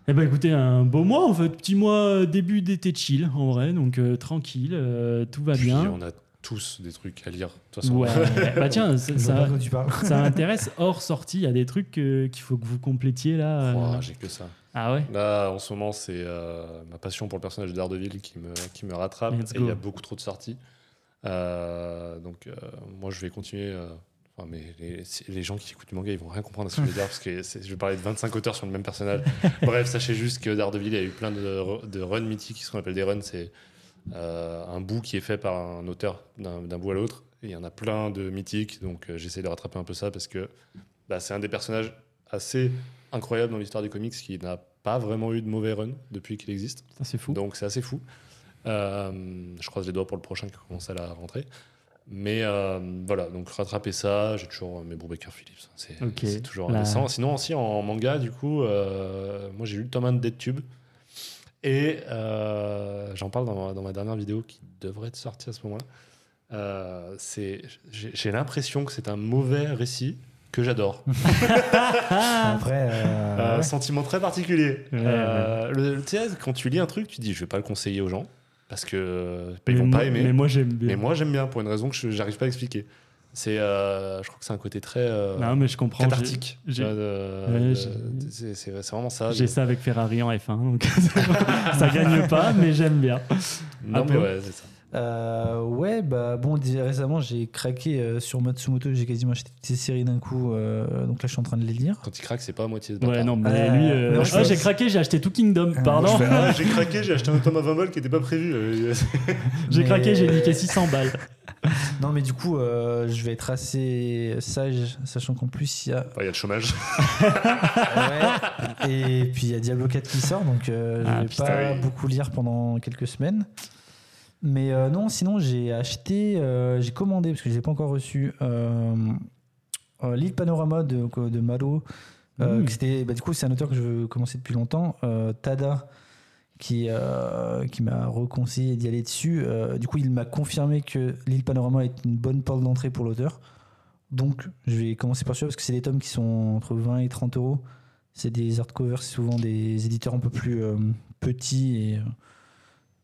Eh ben écoutez, un beau mois en fait, petit mois euh, début d'été chill en vrai, donc euh, tranquille, euh, tout va Puis, bien. on a tous des trucs à lire. De toute façon, Ouais. bah tiens, ça, Je vois pas ça, de quoi tu parles. ça intéresse hors sortie, il y a des trucs euh, qu'il faut que vous complétiez là. euh. Ouah, Oh, j'ai que ça. Ah ouais. Là, en ce moment, c'est euh, ma passion pour le personnage de Daredevil qui me, qui me rattrape. Let's Et il y go. a beaucoup trop de sorties. Euh, donc, euh, moi, je vais continuer. euh, enfin, mais les, les gens qui écoutent du manga, ils vont rien comprendre à ce que je vais dire parce que c'est- je vais parler de 25 auteurs sur le même personnage. Bref, sachez juste que Daredevil, il y a eu plein de, re- de runs mythiques. Ce qu'on appelle des runs, c'est euh, un bout qui est fait par un auteur d'un d'un bout à l'autre. Et Il y en a plein de mythiques. Donc, euh, j'essaie de rattraper un peu ça parce que bah, c'est un des personnages assez incroyable dans l'histoire des comics qui n'a pas vraiment eu de mauvais run depuis qu'il existe. Ça c'est fou. Donc c'est assez fou. Euh, je croise les doigts pour le prochain qui commence à la rentrée. Mais euh, voilà, donc rattraper ça, j'ai toujours mes Brubaker Phillips. Hein, C'est Ok. c'est toujours La- intéressant. Sinon, aussi en manga, du coup, euh, moi j'ai lu le tome 1 de Deadtube. Et euh, j'en parle dans ma, dans ma dernière vidéo qui devrait être sortie à ce moment-là. Euh, c'est- j'ai j'ai l'impression que c'est un mauvais récit que j'adore. Après, euh, Euh, ouais. Sentiment très particulier. Ah Ouais, Euh, le- tu sais, quand tu lis un truc, tu dis je vais pas le conseiller aux gens parce que euh, ils mais vont moi, pas aimer. mais moi j'aime bien. Mais moi j'aime bien pour une raison que je- j'arrive pas à expliquer. C'est, euh, je crois que c'est un côté très euh, non mais je comprends. j'ai- cathartique. j'ai- Euh, Ouais, de- j'ai- c'est, c'est- c'est vraiment ça. J'ai ça avec Ferrari en F1, donc ça gagne pas, mais j'aime bien. Non Ah mais bon ouais, c'est ça. Euh, ouais, bah bon, dis- récemment j'ai craqué euh, sur Matsumoto, j'ai quasiment acheté toutes ces séries d'un coup, euh, donc là je suis en train de les lire. Quand il craque, c'est pas à moitié. de Ouais, non, mais Euh, lui. euh, non, ah, je j'ai fais- craqué, j'ai acheté tout Kingdom, Euh, pardon. Ah j'ai craqué, j'ai acheté un tome à 20 balles qui n'était pas prévu. Euh, J'ai Mais- craqué, j'ai niqué 600 balles. Non, mais du coup, euh, je vais être assez sage, sachant qu'en plus il y a. Il y a le chômage. Ouais. Et puis il y a Diablo 4 qui sort, donc euh, Ah, je vais putain, pas oui. beaucoup lire pendant quelques semaines. Mais euh, non, sinon j'ai acheté, euh, j'ai commandé, parce que je l'ai pas encore reçu, euh, euh, L'île Panorama de, de Maro. euh, Mm. que c'était- bah, du coup, c'est un auteur que je veux commencer depuis longtemps, euh, Tada, qui, euh, qui m'a reconseillé d'y aller dessus. Euh, du coup, il m'a confirmé que L'île Panorama est une bonne porte d'entrée pour l'auteur. Donc, je vais commencer par celui-là parce que c'est des tomes qui sont entre 20 et 30 euros. C'est des hardcovers, c'est souvent des éditeurs un peu plus euh, petits et. euh,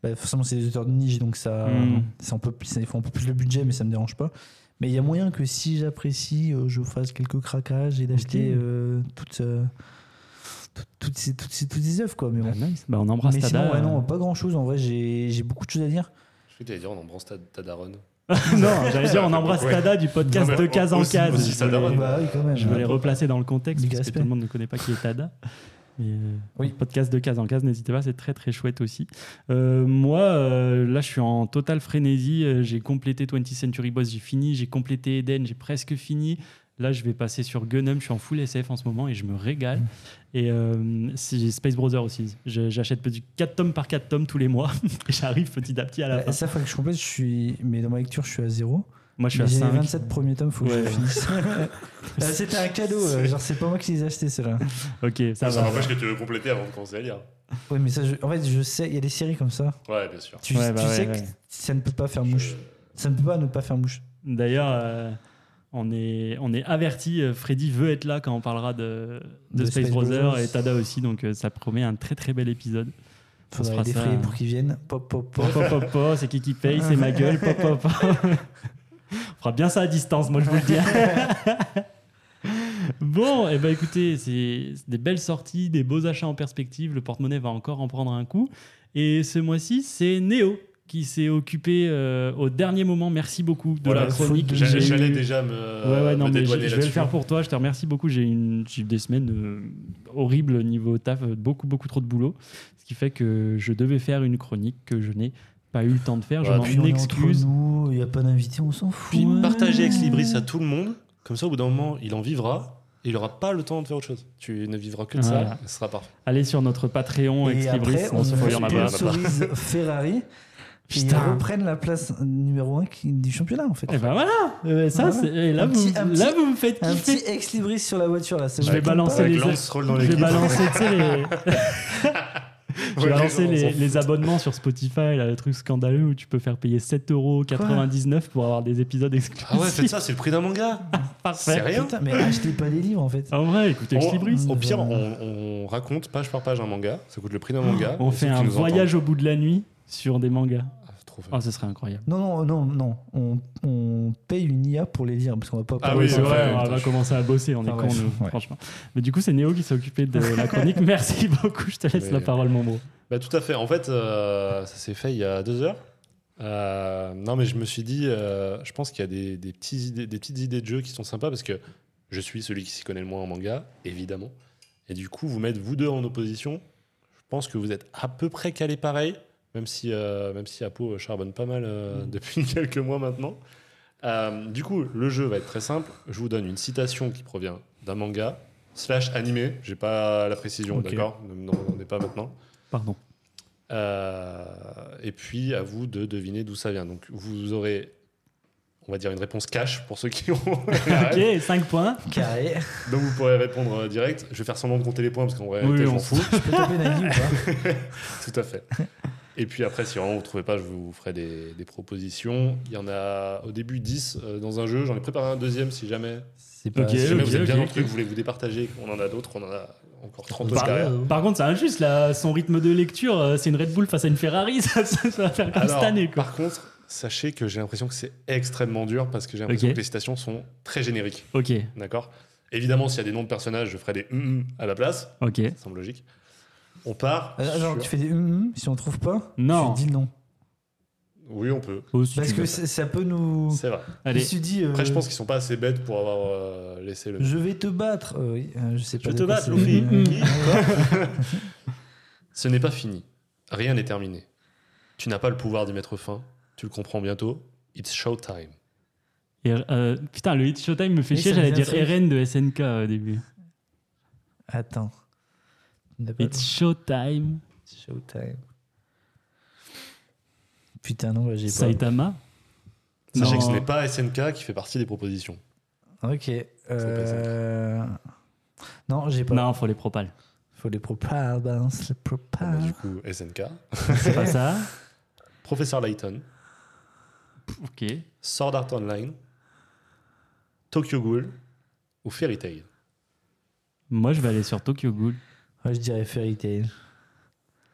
bah, forcément, c'est des auteurs de niche, donc ça, Mm. c'est un peu plus, ça, ils font un peu plus le budget, mais ça me dérange pas. Mais il y a moyen que si j'apprécie, euh, je fasse quelques craquages et d'acheter Ok. euh, toute, euh, tout- toutes ces, toutes ces, toutes ces œuvres, quoi. Mais bon. Bah, nice. Bah, on embrasse mais Tada. sinon, ouais, non, pas grand chose. En vrai, j'ai j'ai beaucoup de choses à dire. Je crois que t'allais dire, on embrasse ta, ta daronne. Non, j'allais dire, on embrasse Ouais. Tada du podcast Non, mais de case en aussi- case. aussi Je Tada, voulais- ouais. bah oui, quand même. Je voulais replacer dans le contexte Du parce que respect. tout le monde ne connaît pas qui est Tada. Mais euh, Oui. podcast de case en case, n'hésitez pas, c'est très très chouette aussi. Euh, moi, euh, là, je suis en totale frénésie. Euh, J'ai complété 20th Century Boss, j'ai fini. J'ai complété Eden, j'ai presque fini. Là, je vais passer sur Gunham. Je suis en full SF en ce moment et je me Mm. régale. Et euh, si- Space Brother aussi. Je- J'achète petit- 4 tomes par 4 tomes tous les mois. Et J'arrive petit à petit à la Bah, fin. ça, faut que je complète. Je suis... Mais dans ma lecture, je suis à zéro. Moi, je suis Mais à J'ai les 5. 27 premiers tomes, faut que je Ouais. les finisse. Euh, C'était un cadeau. euh, Genre, c'est pas moi qui les ai achetés, ceux-là. Ok, ça Ça va. n'empêche que tu veux compléter avant de commencer à lire. Ouais, mais ça, je- en fait, je sais, il y a des séries comme ça. Ouais, bien sûr. Tu, Ouais, bah tu ouais, sais ouais. que ça ne peut pas faire mouche. Ça ne peut pas ne pas faire mouche. D'ailleurs, euh, on est, on est averti. euh, Freddy veut être là quand on parlera de, de De Space, Space Brothers Brothers. et Tada aussi. Donc, euh, ça promet un très très bel épisode. Faudra fera les ça. défrayer pour qu'ils viennent. Pop, pop, Pop, pop. pop, pop, pop, c'est qui qui paye, c'est ma gueule. Pop, pop, pop. on fera bien ça à distance, moi je vous le dis. bon, et ben écoutez, c'est c'est des belles sorties, des beaux achats en perspective. Le porte-monnaie va encore en prendre un coup. Et ce mois-ci, c'est Néo qui s'est occupé euh, au dernier moment. Merci beaucoup de Voilà, la faute chronique. de- J'ai J'allais- eu- J'allais déjà me, Ouais, ouais, non, Euh, me mais je, dédouaner je vais le là-dessus. faire pour toi. Je te remercie beaucoup. J'ai une, j'ai eu des semaines euh, horribles niveau taf, euh, beaucoup, beaucoup trop de boulot. Ce qui fait que je devais faire une chronique que je n'ai pas eu le temps de faire. Ouais, je m'en excuse. Il n'y a pas d'invité, on s'en fout. Puis Ouais. Partagez Ex Libris à tout le monde. Comme ça, au bout d'un moment, il en vivra. Et il n'aura pas le temps de faire autre chose. Tu ne vivras que de Voilà. ça. Ce sera parfait. Allez sur notre Patreon, Et après, Exlibris. on Non, ce fois, il y en a pas. sponsorise Ferrari. Et ils Putain. reprennent la place numéro 1 du championnat, en fait. Et ben voilà. Euh, ça, Voilà. c'est- et là, Un vous, petit- un petit- là, vous me faites Un kiffer. petit ex-libris sur la voiture, là. ça Je vous vais étonne balancer pas les- Roll dans Je vais l'équipe. balancer, tu sais, les, je vais Ouais, lancer on s'en les, fout. les abonnements sur Spotify, là, le truc scandaleux où tu peux faire payer 7,99€ pour avoir des épisodes exclusifs. Ah ouais, faites ça, c'est le prix d'un manga. Parfait. C'est rien. Putain, mais achetez pas les livres, en fait. Ah, En vrai, écoutez, On- Mm. Exlibris. au pire, on, on raconte page par page un manga. Ça coûte le prix d'un manga. On Et fait ceux qui un nous voyage au bout de la nuit sur des mangas. entendent- Ah, trop fun. Oh, ce serait incroyable. Non, non, euh, non, non. On, on paye une IA pour les lire, parce qu'on va pas... Ah oui, c'est Ouais, vrai, on putain, va je- commencer à bosser, on est Ah, cons, bref, nous, ouais. franchement. Mais du coup, c'est Néo qui s'est occupé de la chronique. Merci beaucoup, je te laisse Mais- la parole, mon bro. Bah, tout à fait. En fait, euh, ça s'est fait il y a deux heures. Euh, non, mais je me suis dit, euh, je pense qu'il y a des, des, petits idées, des petites idées de jeux qui sont sympas parce que je suis celui qui s'y connaît le moins en manga, évidemment. Et du coup, vous mettre vous deux en opposition, je pense que vous êtes à peu près calés pareil, même si, euh, même si Apo charbonne pas mal euh, depuis quelques mois maintenant. Euh, du coup, le jeu va être très simple. Je vous donne une citation qui provient d'un manga slash animé. J'ai pas la précision, Ok. d'accord Ne me demandez pas maintenant. Pardon. Euh, et puis à vous de deviner d'où ça vient. Donc vous aurez, on va dire, une réponse cash pour ceux qui ont. la ref. Ok, 5 points. Carré. Donc vous pourrez répondre euh, direct. Je vais faire semblant de compter les points parce qu'en vrai, Oui, je on m'en fous. Je peux taper Nagui ou pas Tout à fait. Et puis après, si vraiment vous ne trouvez pas, je vous ferai des, des propositions. Il y en a au début 10 euh, dans un jeu. J'en ai préparé un deuxième si jamais. C'est pas... Ok, si jamais ok, vous êtes bien ok. dans le truc, vous voulez vous départager. On en a d'autres, on hein. en a encore 30 autres Par, derrière. par contre, c'est injuste, là, son rythme de lecture, euh, c'est une Red Bull face à une Ferrari, ça, ça- ça va faire comme Alors, cette année, quoi. Par contre, sachez que j'ai l'impression que c'est extrêmement dur parce que j'ai l'impression Ok. que les citations sont très génériques. Ok, D'accord Évidemment, s'il y a des noms de personnages, je ferai des hum hum à la place. ok. Ça semble logique. On part. Ah, Euh, Genre, sur- tu fais des hum hum, si on trouve pas, Non. tu dis non. Oui, on peut. Oh, si Parce tu que veux. ça ça peut nous... C'est vrai. Allez, Je me suis dit, euh, Après, je pense qu'ils sont pas assez bêtes pour avoir euh, laissé le. je vais te battre. Euh, oui, euh, je sais pas. Je de te Mm. quoi bats, c'est. Luffy. Euh, Ce n'est pas fini. Rien n'est terminé. Tu n'as pas le pouvoir d'y mettre fin. Tu le comprends bientôt. It's showtime. Et, euh, putain, le hit Showtime me fait Oui, chier, ça j'allais me dire dit un truc. RN de SNK au début. Attends. It's Showtime, Showtime. Putain, non, bah, j'ai pas. Saitama. Sachez Non. que ce n'est pas SNK qui fait partie des propositions. Ok. euh, Non, j'ai pas. Non, faut les propales. Faut les propales, balance les Ah. Bon, bah, propales. du coup, SNK. C'est pas ça Professeur Layton. Ok. Sword Art Online. Tokyo Ghoul. Ou Fairy Tail. Moi, je vais aller sur Tokyo Ghoul. Ouais, je dirais Fairy Tail.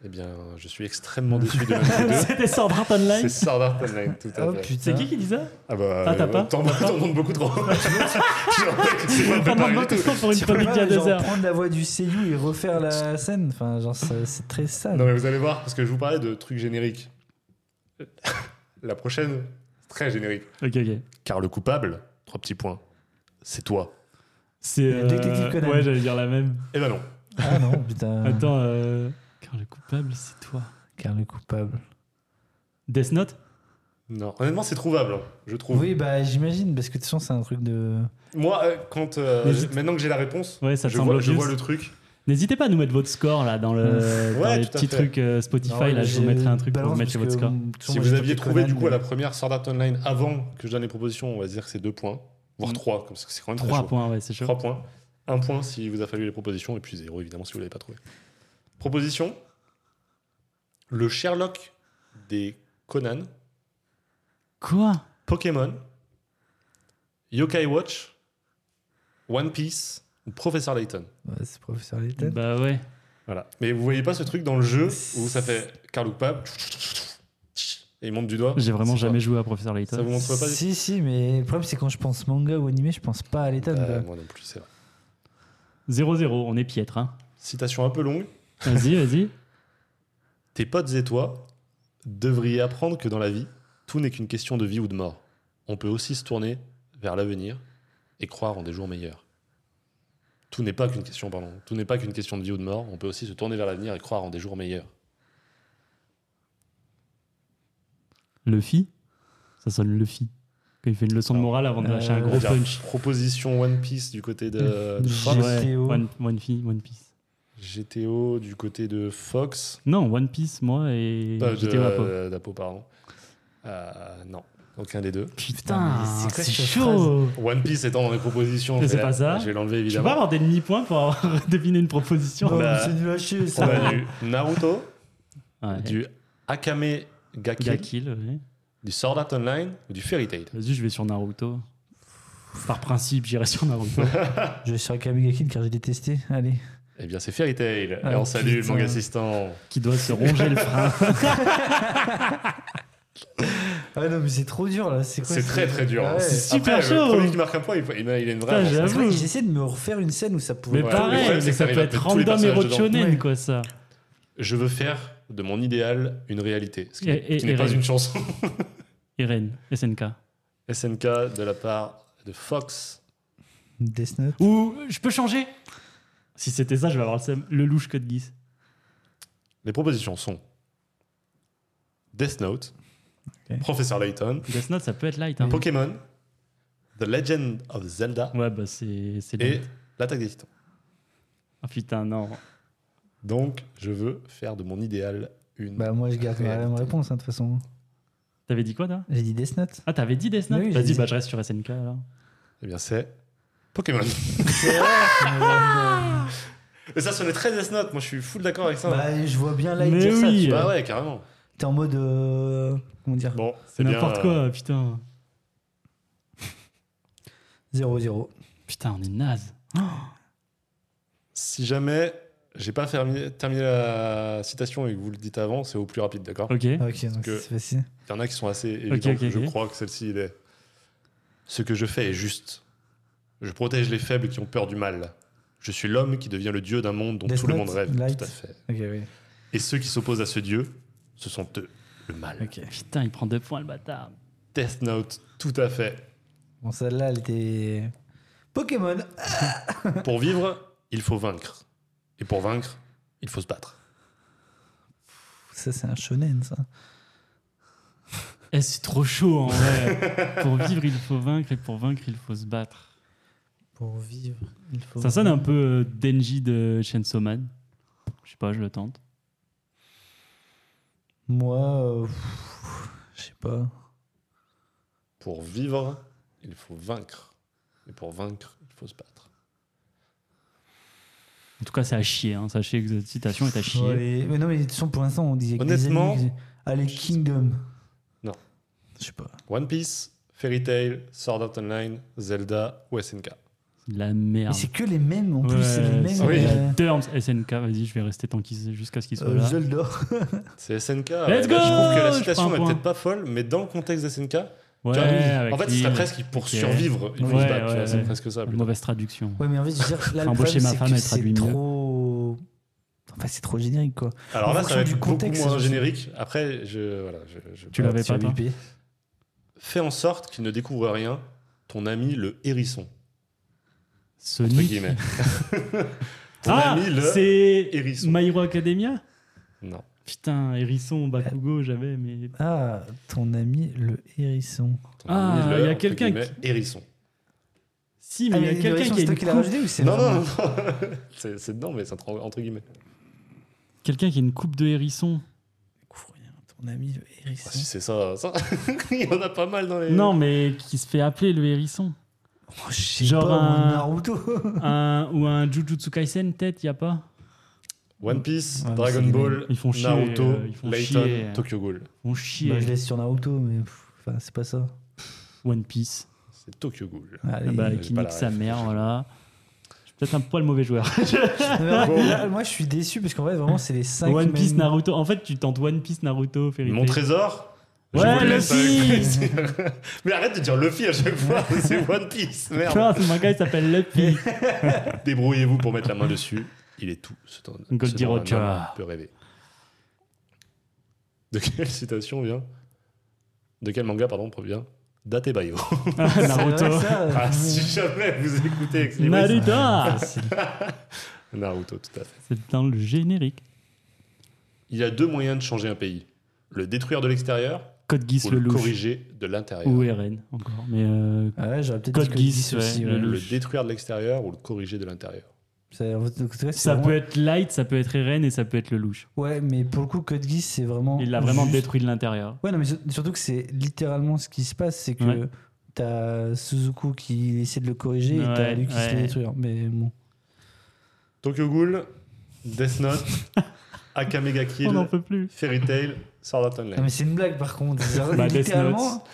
Eh bien, je suis extrêmement déçu de Manfredo. C'était Sword Art Online. C'est Sword Art Online, tout à Oh fait. putain. C'est qui qui dit ça Ah bah, Ah, t'as euh, pas t'en t'en montres beaucoup trop. C'est pas T'en préparé demandes du beaucoup tout. trop pour une Tu peux chronique d'il y a pas, deux genre, heures. prendre la voix du Seiyu et refaire la scène. Enfin, genre, ça- c'est très sale. Non mais vous allez voir, parce que je vous parlais de trucs génériques. La prochaine, très générique. Ok, ok. Car le coupable, trois petits points, c'est toi. C'est. euh, Le détective Conan. Ouais, j'allais dire la même. Eh ben non. Ah non, putain. Attends, euh, car le coupable, c'est toi. Car le coupable. Death Note Non, honnêtement, c'est trouvable, hein, je trouve. Oui, bah j'imagine, parce que de toute façon, c'est un truc de. Moi, euh, quand euh, Mais je- maintenant que j'ai la réponse, Ouais, ça je, semble vois, je juste. vois le truc. N'hésitez pas à nous mettre votre score là dans, le, Ouais, dans les tout à petits fait. trucs euh, Spotify. Ah ouais, là, je vous j'ai- mettrai un truc pour vous balance, mettre parce sur votre que, score. hum, de toute façon, Si moi, vous j'ai aviez tapé trouvé Conan, du coup à la mais- première Sword Art Online avant que je donne les propositions, on va se dire que c'est deux points, voire Mm. trois, comme ça c'est quand même très 3 chaud. points, ouais, c'est chaud. Trois points. Un point si vous a fallu les propositions, et puis zéro évidemment si vous l'avez pas trouvé. Proposition le Sherlock des Conan, Quoi Pokémon, Yokai Watch, One Piece ou Professeur Layton. Ouais, bah, c'est professeur Layton. Bah ouais. Voilà. Mais vous voyez pas ce truc dans le jeu où ça fait Carl ou Pape et il monte du doigt J'ai vraiment C'est jamais joué à Professeur Layton. Ça vous montre pas du Si, si, mais le problème, c'est quand je pense manga ou animé, je pense pas à Layton. Euh, quoi. Moi non plus, c'est vrai. 0-0, on est piètre. Hein. Citation un peu longue. Vas-y, vas-y. Tes potes et toi devriez apprendre que dans la vie, tout n'est qu'une question de vie ou de mort. On peut aussi se tourner vers l'avenir et croire en des jours meilleurs. Tout n'est pas qu'une question, pardon. Tout n'est pas qu'une question de vie ou de mort. On peut aussi se tourner vers l'avenir et croire en des jours meilleurs. Luffy Ça sonne Luffy. Quand il fait une leçon de Alors, morale avant de lâcher un euh, gros La punch. Proposition One Piece du côté de, de Fox. Ouais. GTO. One, One Fi- One Piece. GTO du côté de Fox. Non, One Piece, moi, et Pas j'étais ma pauvre. de- d'Apo, pardon. Euh, non, aucun des deux. Putain, mais c'est quoi c'est cette chaud One Piece étant dans les propositions. Mais je c'est vais- pas ça. Je vais l'enlever Je peux pas évidemment. avoir des demi-points pour avoir deviné une proposition. Non, Bah, mais Oh, c'est nul à chier, On ça. a du Naruto, Ouais. du Akame Gaki, Gakil, ouais. du Sword Art Online ou du Fairy Tail. Vas-y, je vais sur Naruto. Par principe, j'irai sur Naruto. Je vais sur Kamigakin car j'ai détesté. Allez. Eh bien, c'est Fairy Tail. Et Ah, on salue le putain. manga assistant. qui doit se ronger le frein. Ah non, mais c'est trop dur là. C'est quoi C'est ce- très très dur. hein. Ah ouais. Après, super chaud. Le premier qui marque un point, il, il a il a une vraie. Putain, avance. j'avoue. C'est vrai que J'essaie de me refaire une scène où ça Mais pouvait. Ouais. Le pareil, problème, c'est mais que ça t'arrives peut à être mettre tous random et les personnages road dedans. shonen, Ouais. quoi, ça. Je veux faire de mon idéal une réalité. Ce qui, Et- et- qui n'est et pas rêve. une chanson. Irène, SNK. SNK de la part de Fox. Death Note. Ou je peux changer Si c'était ça, je vais avoir le seum. Le louche code Geass. Les propositions sont Death Note, Ok. Professeur Layton, Death Note, ça peut être light. Hein. Pokémon, The Legend of Zelda Ouais, bah c'est. c'est et light. L'attaque des titans. Ah putain, non. Donc, je veux faire de mon idéal une. Bah, moi, je garde ma réalité. même réponse, hein, de toute façon. T'avais dit quoi, là J'ai dit Death Note. Ah, t'avais dit Death Note Mais oui, T'as j'ai dit, dit. bah je reste sur SNK alors. Eh bien, c'est Pokémon. C'est vrai, mais bon, et ça sonnait très Death Note, moi je suis full d'accord avec ça. Bah, je vois bien Light Mais dire ça. eh oui. tu vois. Bah ouais, carrément. T'es en mode. euh, Comment dire Bon, C'est bien, n'importe euh, quoi, putain. 0-0. Putain, on est naze. Si jamais j'ai pas fermi- terminé la citation et que vous le dites avant, c'est au plus rapide, d'accord Ok. Ah, Ok, donc que- c'est facile. Il y en a qui sont assez évidentes. ok, je ok. crois que celle-ci, il est. Ce que je fais est juste. Je protège les faibles qui ont peur du mal. Je suis l'homme qui devient le dieu d'un monde dont Death tout le Note, monde rêve. Light. Tout à fait. Ok, oui. Et ceux qui s'opposent à ce dieu, ce sont eux, le mal. Ok. Putain, il prend deux points, le bâtard. Death Note, tout à fait. Bon, celle-là, elle était. Pokémon pour vivre, il faut vaincre. Et pour vaincre, il faut se battre. Ça, c'est un shonen, ça. Eh, c'est trop chaud en vrai. pour vivre, il faut vaincre et pour vaincre, il faut se battre. Pour vivre, il faut. Ça sonne un peu euh, Denji de Chainsaw Man. Je sais pas, je le tente. Moi, euh, pff, je sais pas. Pour vivre, il faut vaincre. Et pour vaincre, il faut se battre. En tout cas, c'est à chier. hein. Sachez que cette citation est à chier. Bon, allez. Mais non, mais de toute façon, pour l'instant, on disait que des Honnêtement, animés, Allez, Kingdom. Non. Je sais pas. One Piece, Fairy Tail, Sword Art Online, Zelda ou SNK. La merde. Mais c'est que les mêmes en plus, Ouais, c'est les mêmes. c'est oui. les euh, terms SNK, vas-y, je vais rester tant qu'ils jusqu'à ce qu'ils soient euh, là. Zoldor. C'est SNK. Let's euh, là, je trouve que go la Je prends citation un est point. peut-être pas folle, mais dans le contexte de SNK, Ouais, tu vois, avec en fait, Lynn. c'est presque pour Ok. survivre. Ils vont Ouais, se battre, tu vois, ouais, c'est ouais. presque ça. Une plutôt. mauvaise traduction. Ouais, mais en fait, je veux dire, là, le Embaucher problème, ma c'est femme, que elle traduit c'est mieux. trop. Enfin, c'est trop générique, quoi. Alors là, ça fonction va du être beaucoup contexte, moins c'est- générique. Après, je. Voilà, je, je- Tu l'avais pas, toi Bipé. Fais en sorte qu'il ne découvre rien, ton ami le hérisson. Entre Sonic. guillemets. ton Ah, ami le. c'est hérisson. My Hero Academia Non. Putain, hérisson, Bakugo, j'avais, mais. Ah, ton ami le hérisson. Ton Ah, ami le, il y a entre quelqu'un guillemets, Hérisson. Si, mais Ah, il y a le quelqu'un hérisson, qui a c'est toi une qui l'as coupe. rajouté ou c'est. Non, non, vraiment- non. c'est c'est dedans, mais c'est entre, entre guillemets. Quelqu'un qui a une coupe de hérisson. Découvre rien, Ton ami le Ah, si hérisson. c'est ça, ça. il y en a pas mal dans les. Non, mais qui se fait appeler le hérisson. Oh, je sais Genre pas, un- mon Naruto. Un- ou un Jujutsu Kaisen, peut-être, y a pas One Piece, Ouais, Dragon c'est Ball, Ils font chier, Naruto, euh, ils font Layton, chier. Tokyo Ghoul. On chie. Bah, je laisse sur Naruto, mais pff, enfin, c'est pas ça. One Piece. C'est Tokyo Ghoul. Ah Allez. bah, j'ai qui pas nique la sa ref. mère, voilà. Je suis peut-être un poil mauvais joueur. Non, mais en vrai, là, Ah, moi, je suis déçu parce qu'en vrai, vraiment, c'est les 5 One Piece, Naruto. En fait, tu tentes One Piece, Naruto, Fairy Mon Tail. trésor je Ouais, vous le laisse Luffy avec plaisir. Mais arrête de dire Luffy à chaque fois, c'est One Piece, merde. Non, ce manga, il s'appelle Luffy. Débrouillez-vous pour mettre la main dessus. Il est tout ce temps. Goldie ce dont un Roger. homme peut rêver. De quelle citation vient De quel manga, pardon, pevient Date Bayo. Ah, Naruto. euh, Ah, si jamais vous écoutez Exlibris. Naruto Naruto, tout à fait. Ah, C'est dans le générique. Il y a deux moyens de changer un pays le détruire de l'extérieur Code Geass ou le le, louche. corriger de l'intérieur. Ou Eren, encore. Mais euh, Ah ouais, j'aurais peut-être Code dit que Geass, Geass aussi, ouais, ouais. le- Le détruire de l'extérieur ou le corriger de l'intérieur. C'est- en fait, en tout cas, c'est ça vraiment- peut être Light, ça peut être Eren et ça peut être le louche. Ouais, mais pour le coup, Code Geass, c'est vraiment. Il l'a vraiment juste- détruit de l'intérieur. Ouais, non, mais sur- surtout que c'est littéralement ce qui se passe, c'est que Ouais. t'as Suzuku qui essaie de le corriger et t'as Ouais, lui qui se ouais. fait détruire. Mais bon. Tokyo Ghoul, Death Note, Akamega Kill, On n'en peut Ah, plus. Fairy Tail, Sword Art Online. Non, mais c'est une blague par contre. C'est vraiment Bah, Death littéralement.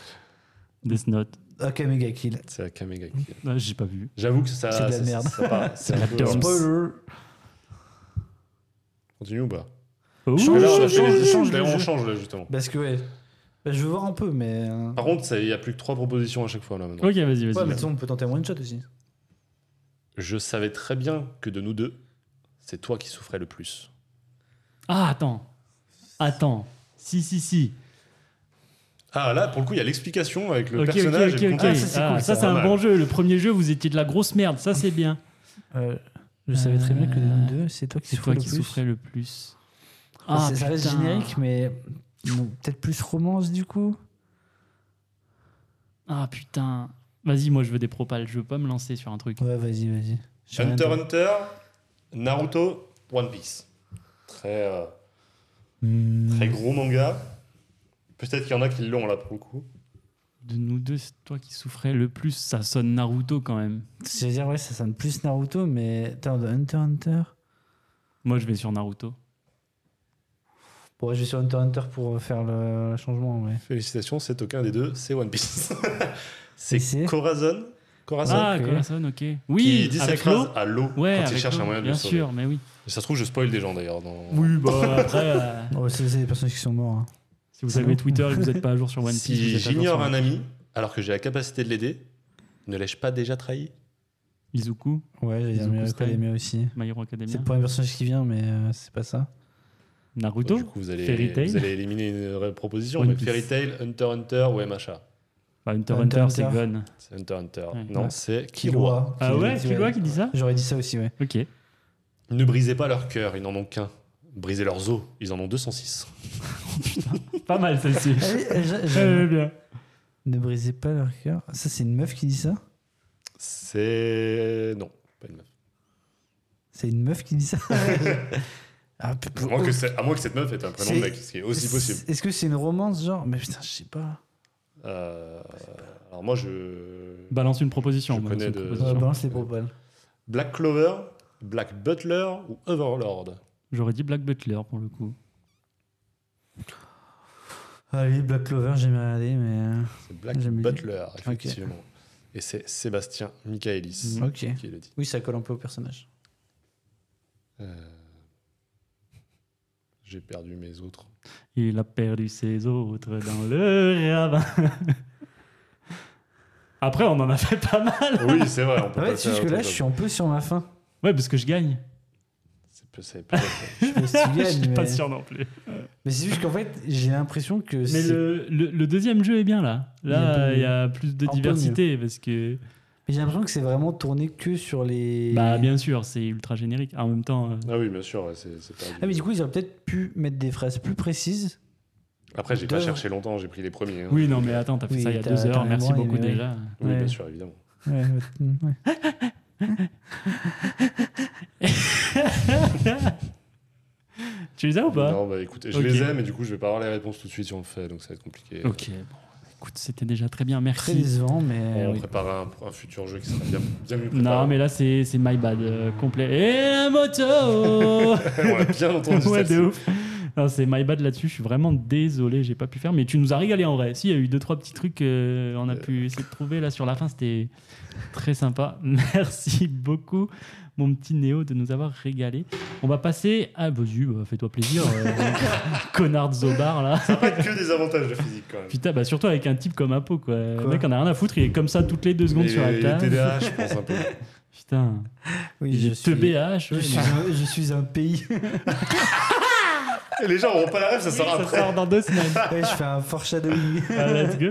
Death Note. Ok, méga kill. C'est Akamega Kill. Ah, J'ai pas vu. J'avoue que ça. C'est de la ça- ça- merde. ça part- C'est de un la peu- dorme. Spoiler. Continue ou pas Oh, Change, Là, on a fait change, les- change là, le on jeu. change, là, justement. Parce que ouais. Bah, je veux voir un peu, mais. euh, Par contre, ça- il n'y a plus que trois propositions à chaque fois, là, maintenant. Ok, vas-y, vas-y. Ouais, mais sinon, on peut tenter un one shot aussi. Je savais très bien que de nous deux, c'est toi qui souffrais le plus. Ah, attends. Attends. Si, si, si. Ah, là, pour le coup, il y a l'explication avec le Ok, ok, personnage ok, et le ok. Ah, contexte. ça, c'est Ah, ça, pas un mal. bon jeu. Le premier jeu, vous étiez de la grosse merde. Ça, c'est bien. Euh, Euh, je savais très bien que de nous deux, Euh, c'est toi qui C'est souffrais toi le qui plus. souffrais le plus. Ah, ça reste putain. générique, mais bon, peut-être plus romance du coup. Ah, putain. Vas-y, moi, je veux des propales. Je veux pas me lancer sur un truc. Ouais, vas-y, vas-y. J'ai rien Hunter dit. x Hunter, Naruto, One Piece. Très, euh, Hmm. très gros manga. Peut-être qu'il y en a qui l'ont là pour le coup. De nous deux, c'est toi qui souffrais le plus. Ça sonne Naruto quand même. Je veux dire, ouais, ça sonne plus Naruto, mais. Attends, de Hunter x Hunter. Moi, je vais sur Naruto. Bon, ouais, je vais sur Hunter x Hunter pour euh, faire le, le changement, ouais. Félicitations, c'est aucun des deux, c'est One Piece. c'est Et c'est Corazon. Corazon Ah, ok. Corazon, ok. qui Oui, dit sa avec phrase l'eau. à l'eau Ouais, quand il avec cherche l'eau, un moyen de bien le sauver. sûr, mais oui. Et ça se trouve, je spoil des gens d'ailleurs. Dans... Oui, bah après, euh, Oh, c'est c'est les personnes qui sont morts. hein. si vous avez Twitter et que vous n'êtes pas à jour sur One Piece, vous si êtes à jour j'ignore sur un ami alors que j'ai la capacité de l'aider, ne l'ai-je pas déjà trahi Izuku, Ouais, j'ai Ils ont bien aimé cosplay. Academia aussi. My Hero Academia, C'est le premier personnage qui vient, mais euh, c'est pas ça. Naruto. Du coup, vous allez, Fairy Tail. vous allez éliminer une vraie proposition. One mais Piece. Fairy Tail, Hunter x Hunter ou MHA Bah, Hunter Hunter, Hunter, c'est Hunter. Gon. C'est Hunter x Hunter. Ouais. Non, Ouais. c'est Killua. Ah ouais, Killua qui dit ça J'aurais dit ça aussi, ouais. Ok. Ne brisez pas leur cœur, ils n'en ont qu'un. Brisez leurs os, ils en ont 206. Pas mal celle-ci. Allez, euh, j'a- Elle est j'aime. bien. Ne brisez pas leur cœur. Ça, c'est une meuf qui dit ça C'est. Non, pas une meuf. C'est une meuf qui dit ça Ah, p- À moins, que c'est- à moins que cette meuf ait un prénom de C'est- mec, ce qui est aussi C'est- possible. Est-ce que c'est une romance, genre Mais putain, je sais pas. Euh, alors moi, je. Balance une proposition. Je balance connais une de- Ouais, proposition. Euh, balance les propales. Black Clover, Black Butler ou Overlord J'aurais dit Black Butler pour le coup. Allez, Black Clover, j'ai bien regardé, mais. euh, C'est Black J'aime bien. Butler, effectivement. Et c'est Sébastien Michaelis Mhm. Ok. qui le dit. Oui, ça colle un peu au personnage. Euh, J'ai perdu mes autres. Il a perdu ses autres dans le ravin. Après, on en a fait pas mal. Ah Oui, c'est vrai. On peut Ah Ouais, passer à jusque là, autre je chose. suis un peu sur ma fin. Ouais, parce que je gagne. C'est peu- c'est peut-être- Je sais pas si tu je gagnes, suis mais... pas sûr non plus. mais c'est juste qu'en fait, j'ai l'impression que Mais c'est- le, le- le deuxième jeu est bien là. Là, Il il y y a plus de un peu diversité parce que. mais j'ai l'impression que c'est vraiment tourné que sur les. Bah, bien sûr, c'est ultra générique. En même temps, euh, Ah oui, bien sûr. ouais, c'est- c'est perdu. Ah, mais du coup, ils auraient peut-être pu mettre des phrases plus précises. Après, j'ai pas Deux. cherché longtemps, j'ai pris les premiers. hein. oui, non, mais attends, t'as fait Oui, ça il y a t'as- deux t'as heures. la Merci mémoire, beaucoup mais oui. déjà. Oui, Ouais. bien sûr, évidemment. Ouais, ouais. Tu Oh, les as ou pas Non, bah écoutez, je Ok. les ai, mais du coup, je vais pas avoir les réponses tout de suite si on le fait, donc ça va être compliqué. Ok, bon, écoute, c'était déjà très bien. Très Merci. décevant, mais. euh, On oui. prépare un, un futur jeu qui sera bien, bien mieux préparé. Non, mais là, c'est c'est my bad euh, complet. Et la moto on a bien entendu Ouais, celle-ci. de ouf. Non, c'est my bad là-dessus. Je suis vraiment désolé, j'ai pas pu faire. Mais tu nous as régalé en vrai. Si, il y a eu deux, trois petits trucs euh, on a pu essayer de trouver là sur la fin. C'était très sympa. Merci beaucoup, mon petit Néo, de nous avoir régalé. On va passer à. Bah, zut, bah, fais-toi plaisir, euh, connard de Zobar là. Ça va pas être que des avantages de physique quand même. Putain, bah surtout avec un type comme Apo, quoi. Le Quoi mec, on a rien à foutre. Il est comme ça toutes les deux secondes Mais sur la les table. TDAH, je pense un peu. Putain, Oui, il je est hein. suis. TBH. Je ouais, suis, un, je suis un pays. Et les gens auront pas la rêve, ça sort Ça après. sort dans deux semaines. Ouais, je fais un foreshadowing. Ah, let's go.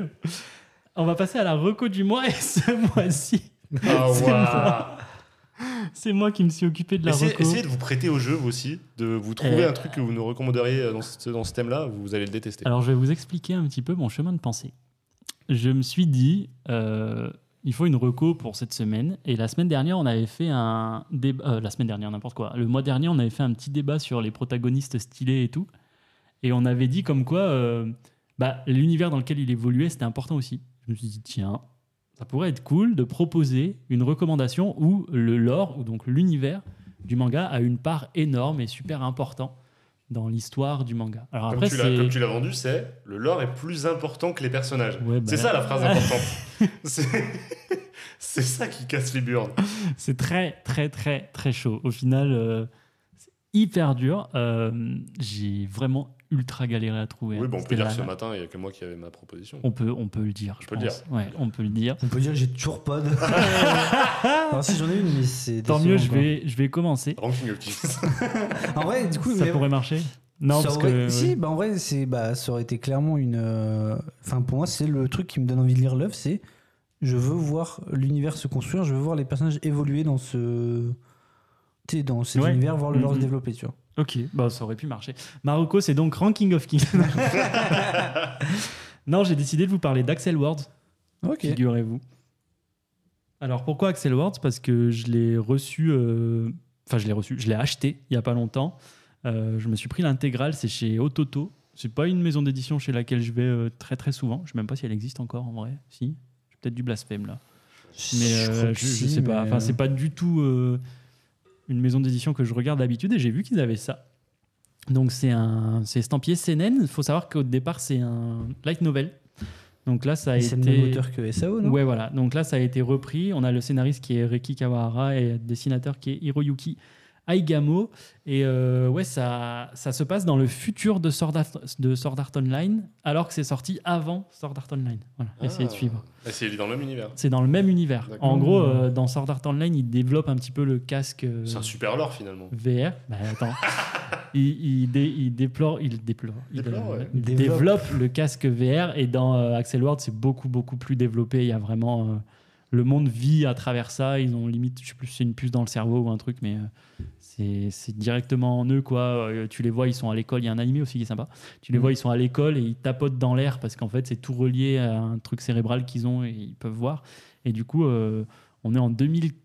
On va passer à la reco du mois et ce mois-ci, Ah, C'est waouh. moi. c'est moi qui me suis occupé de la Essayez, reco. essayez de vous prêter au jeu, vous aussi, de vous trouver Euh. un truc que vous nous recommanderiez dans ce, dans ce thème-là, vous allez le détester. Alors, je vais vous expliquer un petit peu mon chemin de pensée. Je me suis dit, euh, il faut une reco pour cette semaine. Et la semaine dernière, on avait fait un débat. euh, la semaine dernière, n'importe quoi. Le mois dernier, on avait fait un petit débat sur les protagonistes stylés et tout. Et on avait dit comme quoi euh, bah, l'univers dans lequel il évoluait, c'était important aussi. Je me suis dit, tiens, ça pourrait être cool de proposer une recommandation où le lore, ou donc l'univers du manga, a une part énorme et super important dans l'histoire du manga. Alors Comme après, tu l'as- c'est. comme tu l'as vendu, c'est le lore est plus important que les personnages. Ouais, bah. C'est ça la phrase importante. C'est- C'est ça qui casse les burnes. C'est très, très, très, très chaud. Au final, euh, c'est hyper dur. Euh, J'ai vraiment ultra galéré à trouver. Oui, bon, on peut C'était dire la- que ce matin, il n'y a que moi qui avais ma proposition. On peut, on peut le dire. Je peut le pense. Ouais, on peut le dire. On peut dire que j'ai toujours pas de. Alors, si j'en ai une, mais c'est. Tant mieux, décevant, je quoi. vais, je vais commencer. Ranking of Kings. En vrai, du coup, ça mais- pourrait marcher Non, ça parce aurait- que. Si, bah en vrai, c'est, bah, ça aurait été clairement une. euh, Enfin, pour moi, c'est le truc qui me donne envie de lire l'œuvre, c'est je veux voir l'univers se construire, je veux voir les personnages évoluer dans ce. Tu sais, dans cet Ouais. univers, voir le lore Mhm. se développer, tu vois. Ok, bah, ça aurait pu marcher. Marocco, c'est donc Ranking of Kings. non, j'ai décidé de vous parler d'Axel Ward. Ok. figurez-vous. Alors pourquoi Axel Ward Parce que je l'ai reçu, euh, enfin je l'ai reçu, je l'ai acheté il y a pas longtemps. Euh, je me suis pris l'intégrale, c'est chez Ototo. C'est pas une maison d'édition chez laquelle je vais euh, très très souvent. Je sais même pas si elle existe encore en vrai. Si, j'ai peut-être du blasphème là. Mais euh, je, je sais pas. Enfin euh, c'est pas du tout euh, une maison d'édition que je regarde d'habitude et j'ai vu qu'ils avaient ça. Donc c'est un, c'est estampillé CNN. Il faut savoir qu'au départ c'est un light novel. Donc là ça a c'est été. le même auteur que SAO, non Ouais, voilà. Donc là, ça a été repris. On a le scénariste qui est Reki Kawahara et le dessinateur qui est Hiroyuki Aigamo. Et euh, ouais, ça, ça se passe dans le futur de Sword, Art, de Sword Art Online, alors que c'est sorti avant Sword Art Online. Voilà, essayez de suivre. Euh. Ah, c'est dans le même univers. C'est dans le même univers. D'accord. En gros, euh, dans Sword Art Online, il développe un petit peu le casque. euh, C'est un super lore finalement. VR, bah attends. il, il, dé- il déplore, il déplore, il, Déplore, ouais. il Développe. développe le casque VR et dans euh, Axel Ward, c'est beaucoup beaucoup plus développé. Il y a vraiment euh, le monde vit à travers ça. Ils ont limite, je sais plus, si c'est une puce dans le cerveau ou un truc, mais euh, c'est c'est directement en eux quoi. Euh, tu les vois, ils sont à l'école. Il y a un animé aussi qui est sympa. Tu les Mhm. vois, ils sont à l'école et ils tapotent dans l'air parce qu'en fait, c'est tout relié à un truc cérébral qu'ils ont et ils peuvent voir. Et du coup, euh, on est en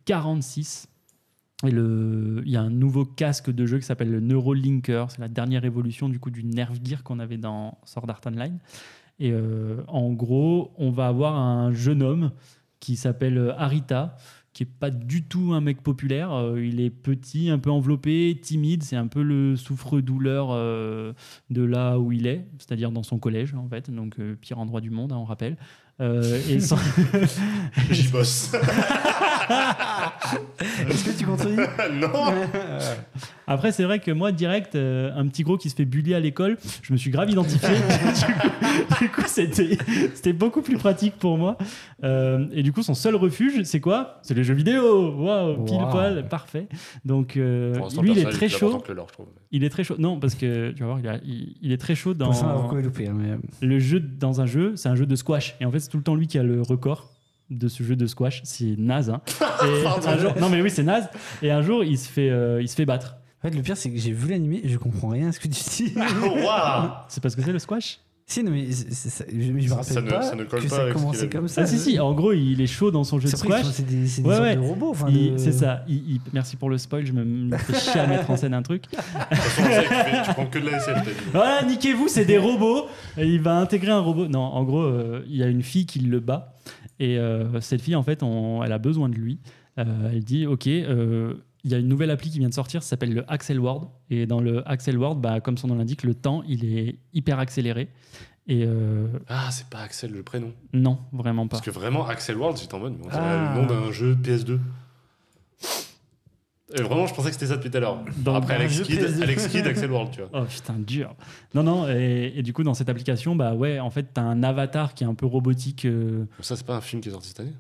2046. Et le, il y a un nouveau casque de jeu qui s'appelle le Neurolinker. C'est la dernière évolution du coup du Nerve Gear qu'on avait dans Sword Art Online. Et euh, en gros, on va avoir un jeune homme qui s'appelle euh, Arita, qui est pas du tout un mec populaire. Euh, il est petit, un peu enveloppé, timide. C'est un peu le souffre-douleur euh, de là où il est, c'est-à-dire dans son collège en fait. Donc euh, pire endroit du monde, hein, on rappelle. euh, et sans- J'y bosse. Est-ce que tu contredis Euh, non Après, c'est vrai que moi, direct, euh, un petit gros qui se fait bully à l'école, je me suis grave identifié. du coup- du coup, c'était c'était beaucoup plus pratique pour moi. Euh, et du coup, son seul refuge, c'est quoi C'est les jeux vidéo. Waouh, pile Waouh. poil, parfait. Donc, euh, Pour l'instant, lui, il est personnage très plus important chaud. que le leur, je trouve. Il est très chaud. Non, parce que tu vas voir, il, a- il- il est très chaud dans Pour ça, avoir quoi loupé. hein, mais- le jeu dans un jeu, c'est un jeu de squash. Et en fait, c'est tout le temps lui qui a le record de ce jeu de squash. C'est naze. hein. Et un jour, non mais oui, c'est naze. Et un jour, il se fait, euh, il se fait battre. En fait, le pire, c'est que j'ai vu l'animé, je comprends rien à ce que tu dis. Oh, Waouh C'est parce que c'est le squash. si, non, mais, c'est- c'est- ça- je, mais je me Ça- rappelle ça ne- pas ça ne colle que pas ça avec ce commençait qu'il a comme ça. Ah si si. En gros, il est chaud dans son jeu de C'est vrai, squash. c'est des, c'est des Ouais, sortes ouais. de robots. enfin, Il- de- C'est ça. Il- il- Merci pour le spoil. Je me- me fais chier à mettre en scène un truc. De toute façon, on sait que tu fais- tu prends que de la SF, t'as dit. Voilà, niquez-vous, c'est des robots. Et il va intégrer un robot. Non, en gros, euh, il y a une fille qui le bat. Et euh, cette fille, en fait, on- elle a besoin de lui. Euh, elle dit, ok, euh, il y a une nouvelle appli qui vient de sortir, ça s'appelle le Axel Word. Et dans le Axel Word, bah, comme son nom l'indique, le temps, il est hyper accéléré. Et euh, Ah, c'est pas Axel le prénom. non, vraiment pas. Parce que vraiment, Axel World, j'étais en mode, mais on dirait Ah. le nom d'un jeu PS2. Et vraiment, je pensais que c'était ça depuis tout à l'heure. Dans- Après, dans un Alex jeu Kidd, PS2. Alex Kidd, Axel World, tu vois. Oh putain, dur. Non, non, et, et du coup, dans cette application, bah ouais, en fait, t'as un avatar qui est un peu robotique. euh, Ça, c'est pas un film qui est sorti cette année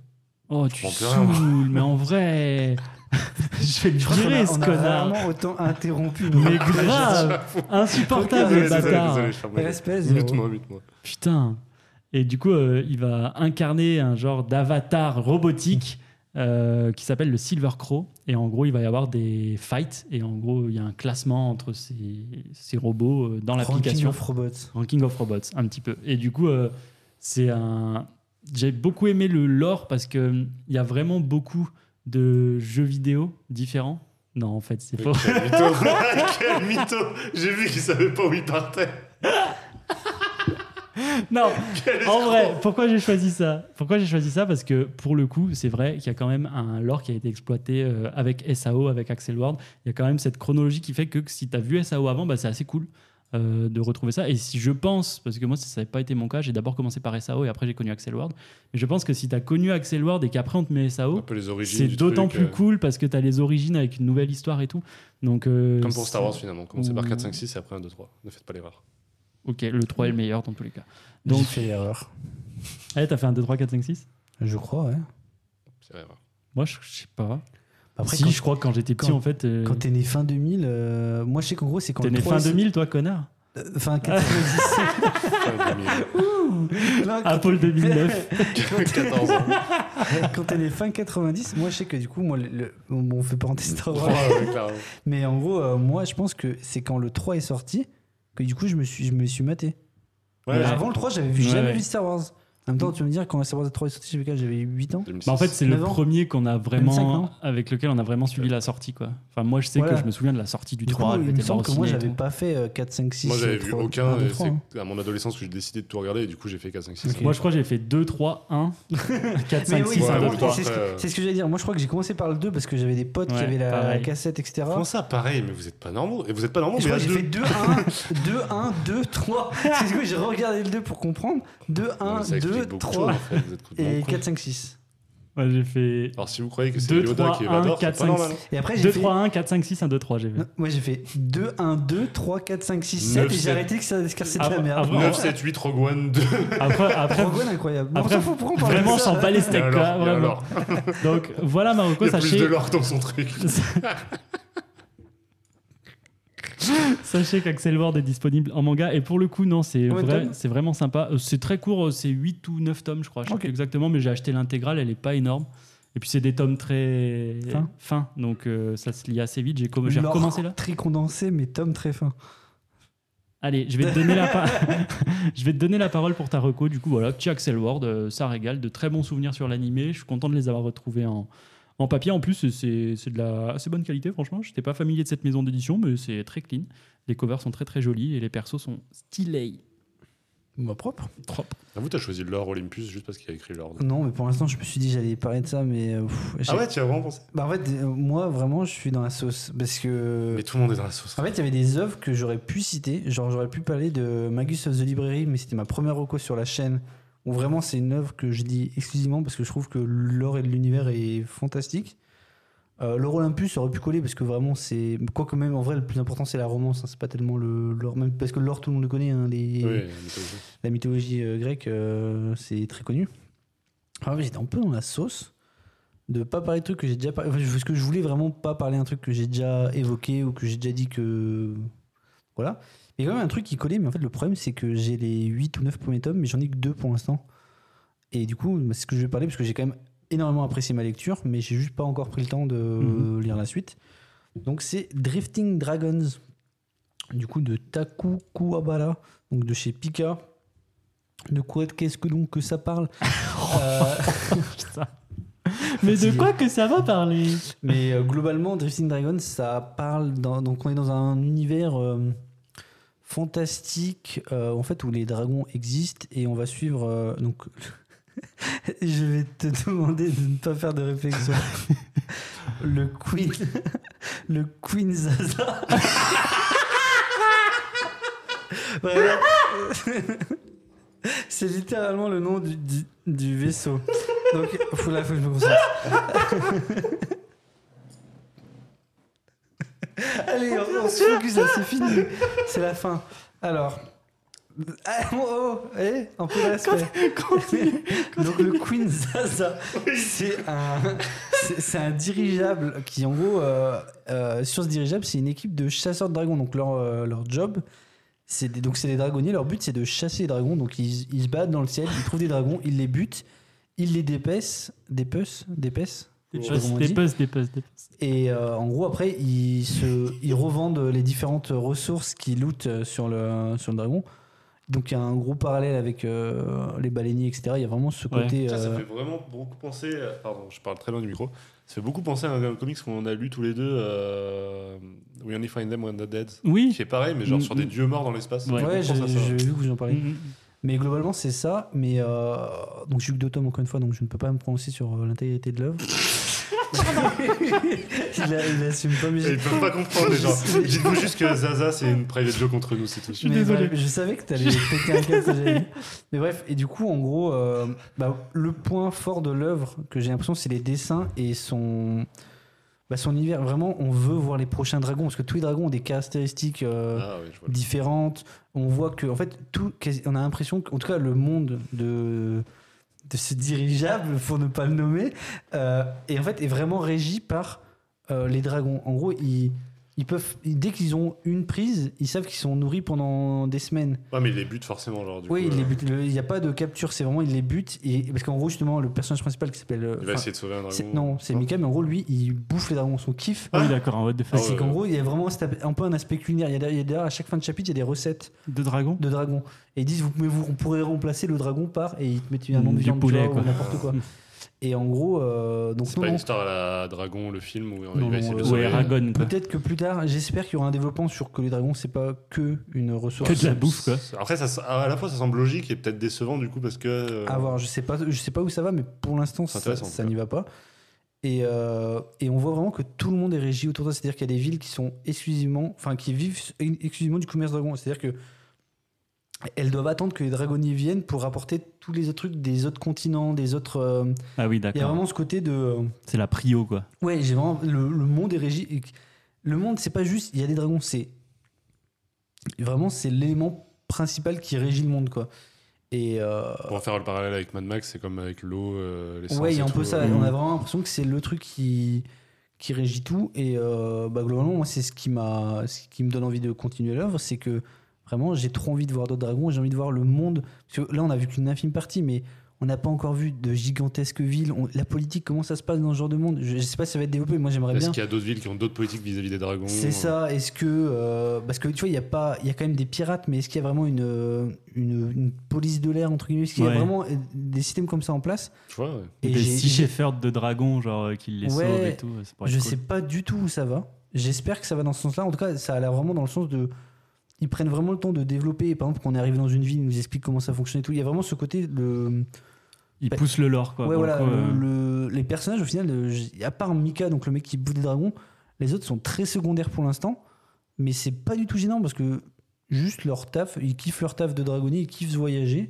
Oh, tu comprends plus rien, moi. saoules, mais en vrai. Je vais le Je crois qu'on a- virer, ce on a connard. rarement autant interrompu. Mais grave Insupportable, Désolé, Ah, le désolé, bâtard désolé, je ferme ma gueule. RSPS, zéro. Mute-moi, mute-moi. Putain Et du coup, euh, il va incarner un genre d'avatar robotique euh, qui s'appelle le Silver Crow. Et en gros, il va y avoir des fights. Et en gros, il y a un classement entre ces, ces robots euh, dans Ranking l'application. of Robots. Ranking of Robots, un petit peu. Et du coup, euh, c'est un. J'ai beaucoup aimé le lore parce que hum, il y a vraiment beaucoup de jeux vidéo différents. Non, en fait, c'est faux. Quel mytho Quel mytho J'ai vu qu'il savait pas où il partait. non, Quel en vrai, escroc. pourquoi j'ai choisi ça Pourquoi j'ai choisi ça Parce que pour le coup, c'est vrai qu'il y a quand même un lore qui a été exploité euh, avec SAO, avec Axel Ward. Il y a quand même cette chronologie qui fait que si tu as vu SAO avant, bah, c'est assez cool. euh, de retrouver ça et si je pense parce que moi ça n'avait pas été mon cas j'ai d'abord commencé par SAO et après j'ai connu Axel Ward mais je pense que si tu as connu Axel Ward et qu'après on te met SAO Un peu les origines. C'est du d'autant truc, plus euh, cool parce que t'as les origines avec une nouvelle histoire et tout. Donc, euh, Comme pour Star Wars finalement. Commencez par Ouh. 4, 5, 6 et après 1, 2, 3. Ne faites pas l'erreur. Ok, le 3 est le meilleur dans tous les cas. J'ai Donc, fait erreur. allez, t'as fait un 2, 3, 4, 5, 6 Je crois, ouais. C'est l'erreur. Moi, je, je sais pas. Après, si, quand- je crois que quand j'étais petit, quand- en fait. euh, quand t'es né fin 2000, euh, moi je sais qu'en gros c'est quand T'es le né 3 fin est sorti- 2000, toi, connard Euh, Fin 97. Putain, j'ai mis Non, quand- Apple 2009. 14 ans. Quand t'es né fin 90, moi je sais que du coup, moi, le, le- bon, on fait parenthèse Star Ouais, Wars. ouais, clairement. Mais en gros, euh, moi je pense que c'est quand le 3 est sorti que du coup je me suis, je me suis maté. Ouais, j'ai- Mais Avant le 3, j'avais vu- Ouais, jamais ouais. vu Star Wars. En même temps, tu vas me dire, quand Star Wars 3 est sorti, j'avais quel âge j'avais 8 ans. 2006. Bah, en fait, c'est le Neuf ans. premier qu'on a vraiment. 25, non avec lequel on a vraiment suivi la sortie, quoi. Enfin, moi, je sais que Voilà. je me souviens de la sortie du Du 3. coup, elle il était me semble que barre au moi ciné et j'avais tout. pas fait euh, 4, 5, 6. Moi, j'avais euh, vu 3, aucun. 1, 2, et 3, hein. C'est à mon adolescence que j'ai décidé de tout regarder et du coup, j'ai fait 4, 5, 6. Ok. Moi, je crois que j'ai fait 2, 3, 1, 4, Mais 5, oui, 6, 1, ouais, vraiment, 2, trois. 3. euh. c'est ce que, c'est ce que j'allais dire. Moi, je crois que j'ai commencé par le 2 parce que j'avais des potes qui Ouais, avaient la, pareil. cassette, etc. Comment ça, pareil Mais vous êtes pas normaux. Et vous êtes pas normaux, Et je mais crois à que j'ai deux. fait 2, 1, 2, 1, 2, 3. C'est ce que j'ai regardé le 2 pour comprendre. 2, 1, Ouais, ça 2, explique beaucoup de 3 choses, en fait. Vous êtes complètement et cons. 4, 5, 6. Moi, j'ai fait. Alors, si vous croyez que c'est Deux, Yoda trois, qui est un, Vador, c'est quatre, pas cinq, normal. hein. Et après, j'ai 2, fait- 3, 1, 4, 5, 6, 1, 2, 3, j'ai fait. Non, Moi, j'ai fait 2, 1, 2, 3, 4, 5, 6, 7. Neuf, et j'ai sept. arrêté que ça cassette de Après- la merde. après- 9, 7, 8, Rogue One 2. Après, après, Rogue One, incroyable. Après, Après, pourquoi on parle de Vraiment, ça j'en bats les Il y a steaks, un quoi, lore, il y a un vraiment. lore. Donc voilà, Marocco, Il y a plus de sachez, lore dans son truc. sachez qu'Axel Ward est disponible en manga. Et pour le coup, non, c'est Combien de vrai, tomes c'est vraiment sympa. Euh, C'est très court, euh, c'est 8 ou 9 tomes, je crois. Je sais Ok. plus exactement, mais j'ai acheté l'intégrale, elle est pas énorme. Et puis c'est des tomes très Fin. fins, donc euh, ça se lit assez vite. J'ai comm- j'ai Lore recommencé là. Très condensé, mais Tom très fin. Allez, je vais te donner la, par- je vais te donner la parole pour ta reco. Du coup, voilà, petit Axel Ward, euh, ça régale, de très bons souvenirs sur l'animé. Je suis content de les avoir retrouvés en, en papier. En plus, c'est c'est de la assez bonne qualité, franchement. Je n'étais pas familier de cette maison d'édition, mais c'est très clean. Les covers sont très très jolis et les persos sont stylés. Moi propre J'avoue, t'as choisi l'or Olympus juste parce qu'il a écrit l'or. Non, mais pour l'instant, je me suis dit j'allais parler de ça, mais. euh, pff, j'ai- Ah ouais, tu as vraiment pensé Bah, en fait, euh, moi, vraiment, je suis dans la sauce. Parce que. Mais tout le monde est dans la sauce. En fait, il y avait des œuvres que j'aurais pu citer. Genre, j'aurais pu parler de Magus of the Library, mais c'était ma première reco sur la chaîne où vraiment c'est une œuvre que je dis exclusivement parce que je trouve que l'or et l'univers est fantastique. Euh, le Olympus aurait pu coller parce que vraiment c'est. Quoique même en vrai, le plus important c'est la romance, hein, c'est pas tellement le l'or. Même parce que l'or, tout le monde le connaît, hein, les, Oui, la mythologie. la mythologie euh, grecque, euh, c'est très connu. Ah oui, j'étais un peu dans la sauce de pas parler de trucs que j'ai déjà parlé. Enfin, parce que je voulais vraiment pas parler un truc que j'ai déjà évoqué ou que j'ai déjà dit que. Voilà. Il y a quand même un truc qui collait, mais en fait, le problème, c'est que j'ai les 8 ou 9 premiers tomes, mais j'en ai que 2 pour l'instant. Et du coup, bah, c'est ce que je vais parler parce que j'ai quand même énormément apprécié ma lecture, mais j'ai juste pas encore pris le temps de Mhm. lire la suite. Donc, c'est Drifting Dragons, du coup, de Taku Kuwabara, donc de chez Pika. De quoi qu'est-ce que donc que ça parle Euh, Putain. Mais de quoi que ça va parler Mais euh, globalement, Drifting Dragons, ça parle. dans- donc, on est dans un univers euh, fantastique, euh, en fait, où les dragons existent et on va suivre. euh, donc, je vais te demander de ne pas faire de réflexion. le Queen. le Queen Zaza. Vraiment. C'est littéralement le nom du, du- du vaisseau. Donc, faut, là, faut que je me concentre. Allez, on, on se focus, là, c'est fini. C'est la fin. Alors. Ah, oh, oh, eh, un peu de respect. Donc, le Queen Zaza, c'est un, c'est- c'est un dirigeable qui, en gros, euh, euh, sur ce dirigeable, c'est une équipe de chasseurs de dragons. Donc, leur, euh, leur job, c'est des- donc c'est des dragonniers. Leur but, c'est de chasser les dragons. Donc, ils, ils se battent dans le ciel, ils trouvent des dragons, ils les butent, ils les dépècent. Dépècent Dépècent Des Je sais pas puces, comment on des dit. puces, des puces, des puces. Et euh, en gros, après, ils, se, ils revendent les différentes ressources qu'ils lootent euh, sur le, sur le dragon. Donc il y a un gros parallèle avec euh, les baleiniers, etc. Il y a vraiment ce Ouais. côté. Ça, ça euh, fait vraiment beaucoup penser. euh, Pardon, je parle très loin du micro. Ça fait beaucoup penser à un, un comics qu'on a lu tous les deux. euh, We Only Find Them When They're Dead. Oui. Qui est pareil, mais genre Mm, sur des mm. dieux morts dans l'espace. Ouais. Ça fait ouais, j'ai penser à ça. j'ai vu que vous en parlez. Mm, mm. Mais globalement, c'est ça. Mais euh, donc j'ai eu que deux tomes encore une fois, donc je ne peux pas me prononcer sur euh, l'intégrité de l'œuvre. il, a- il assume pas, mais j'ai- Ils peuvent pas comprendre les gens. Dites-vous juste que Zaza, c'est une private joke contre nous, c'est tout. suis Mais désolé. bref, je savais que t'allais péter un câble, ça, j'avais vu. Mais bref, et du coup, en gros, euh, bah, le point fort de l'œuvre que j'ai l'impression, c'est les dessins et son. bah, son univers, vraiment, on veut voir les prochains dragons parce que tous les dragons ont des caractéristiques euh, Ah oui, je vois. différentes. On voit que, en fait, tout, quasi- on a l'impression qu'en tout cas, le monde de, de ce dirigeable, pour ne pas le nommer, euh, est, en fait, est vraiment régi par euh, les dragons. En gros, ils, ils peuvent, ils- dès qu'ils ont une prise, ils savent qu'ils sont nourris pendant des semaines. Ouais, mais il les bute forcément, genre. Du oui, coup, ils les euh, butent. Le- il n'y a pas de capture, c'est vraiment, ils les butent. Et, parce qu'en gros, justement, le personnage principal qui s'appelle. euh, Il va enfin, essayer de sauver un dragon. c'est- non, c'est Mika, mais en gros, lui, il bouffe les dragons. Son kiff, Ah oui, d'accord, un what the fuck. Ah ouais. c'est qu'en gros, il y a vraiment cet- un peu un aspect culinaire. Il y a derrière- il y a derrière, à chaque fin de chapitre, il y a des recettes De dragon de dragon. Et ils disent, vous, mais vous, on pourrait remplacer le dragon par, et ils te mettent un nom Mm, de du viande, tu poulet, vois, ou quoi. n'importe quoi. Et en gros, euh, donc C'est non, pas une non, histoire à la Dragon, le film où Non, il va non, essayer de euh, le Ou sauver. Eragon, quoi. peut-être que plus tard, j'espère qu'il y aura un développement sur que les dragons, c'est pas que une ressource. Que de la bouffe, quoi. Après, ça, à la fois, ça semble logique et peut-être décevant du coup parce que. euh, À voir, je sais pas, je sais pas où ça va, mais pour l'instant, C'est ça, intéressant, en ça tout cas. n'y va pas. Et, euh, et on voit vraiment que tout le monde est régi autour de ça. C'est-à-dire qu'il y a des villes qui sont exclusivement, enfin, qui vivent exclusivement du commerce dragon. C'est-à-dire que elles doivent attendre que les dragonniers viennent pour apporter tous les autres trucs des autres continents, des autres. euh, Ah oui, Il y a d'accord. vraiment ce côté de. euh, C'est la prio, quoi. Ouais, j'ai vraiment le, le monde est régi. et- Le monde, c'est pas juste. Il y a des dragons, c'est vraiment c'est l'élément principal qui régit le monde, quoi. Et euh, Pour en faire le parallèle avec Mad Max, c'est comme avec l'eau, euh, les ouais, il y a un peu ça. euh, On a vraiment l'impression que c'est le truc qui qui régit tout. Et euh, bah, globalement, moi, c'est ce qui m'a, ce qui me donne envie de continuer l'œuvre, c'est que vraiment, j'ai trop envie de voir d'autres dragons. J'ai envie de voir le monde. Parce que là, on a vu qu'une infime partie, mais on n'a pas encore vu de gigantesques villes. On- la politique, comment ça se passe dans ce genre de monde je, je sais pas si ça va être développé. Moi, j'aimerais Est-ce bien. qu'il y a d'autres villes qui ont d'autres politiques vis-à-vis des dragons Oh. C'est ça. Est-ce que euh, parce que tu vois, il y a pas, il y a quand même des pirates, mais est-ce qu'il y a vraiment une euh, une, une police de l'air entre guillemets Est-ce qu'il y Ouais. a vraiment euh, des systèmes comme ça en place Tu vois, ouais. Et des j'ai- six j'ai- Shepherds de dragons, genre, euh, qui les Ouais, sauvent et tout. ça pourrait Je être cool. sais pas du tout où ça va. J'espère que ça va dans ce sens-là. En tout cas, ça a l'air vraiment dans le sens de. Ils prennent vraiment le temps de développer. Par exemple, quand on est arrivé dans une ville, ils nous expliquent comment ça fonctionne et tout. Il y a vraiment ce côté de. Ils poussent le lore, quoi. ouais, pour le voilà. coup, euh, le- le- les personnages, au final, euh, j- à part Mika, donc le mec qui bouffe des dragons, les autres sont très secondaires pour l'instant. Mais c'est pas du tout gênant parce que juste leur taf, ils kiffent leur taf de dragonnier, ils kiffent voyager.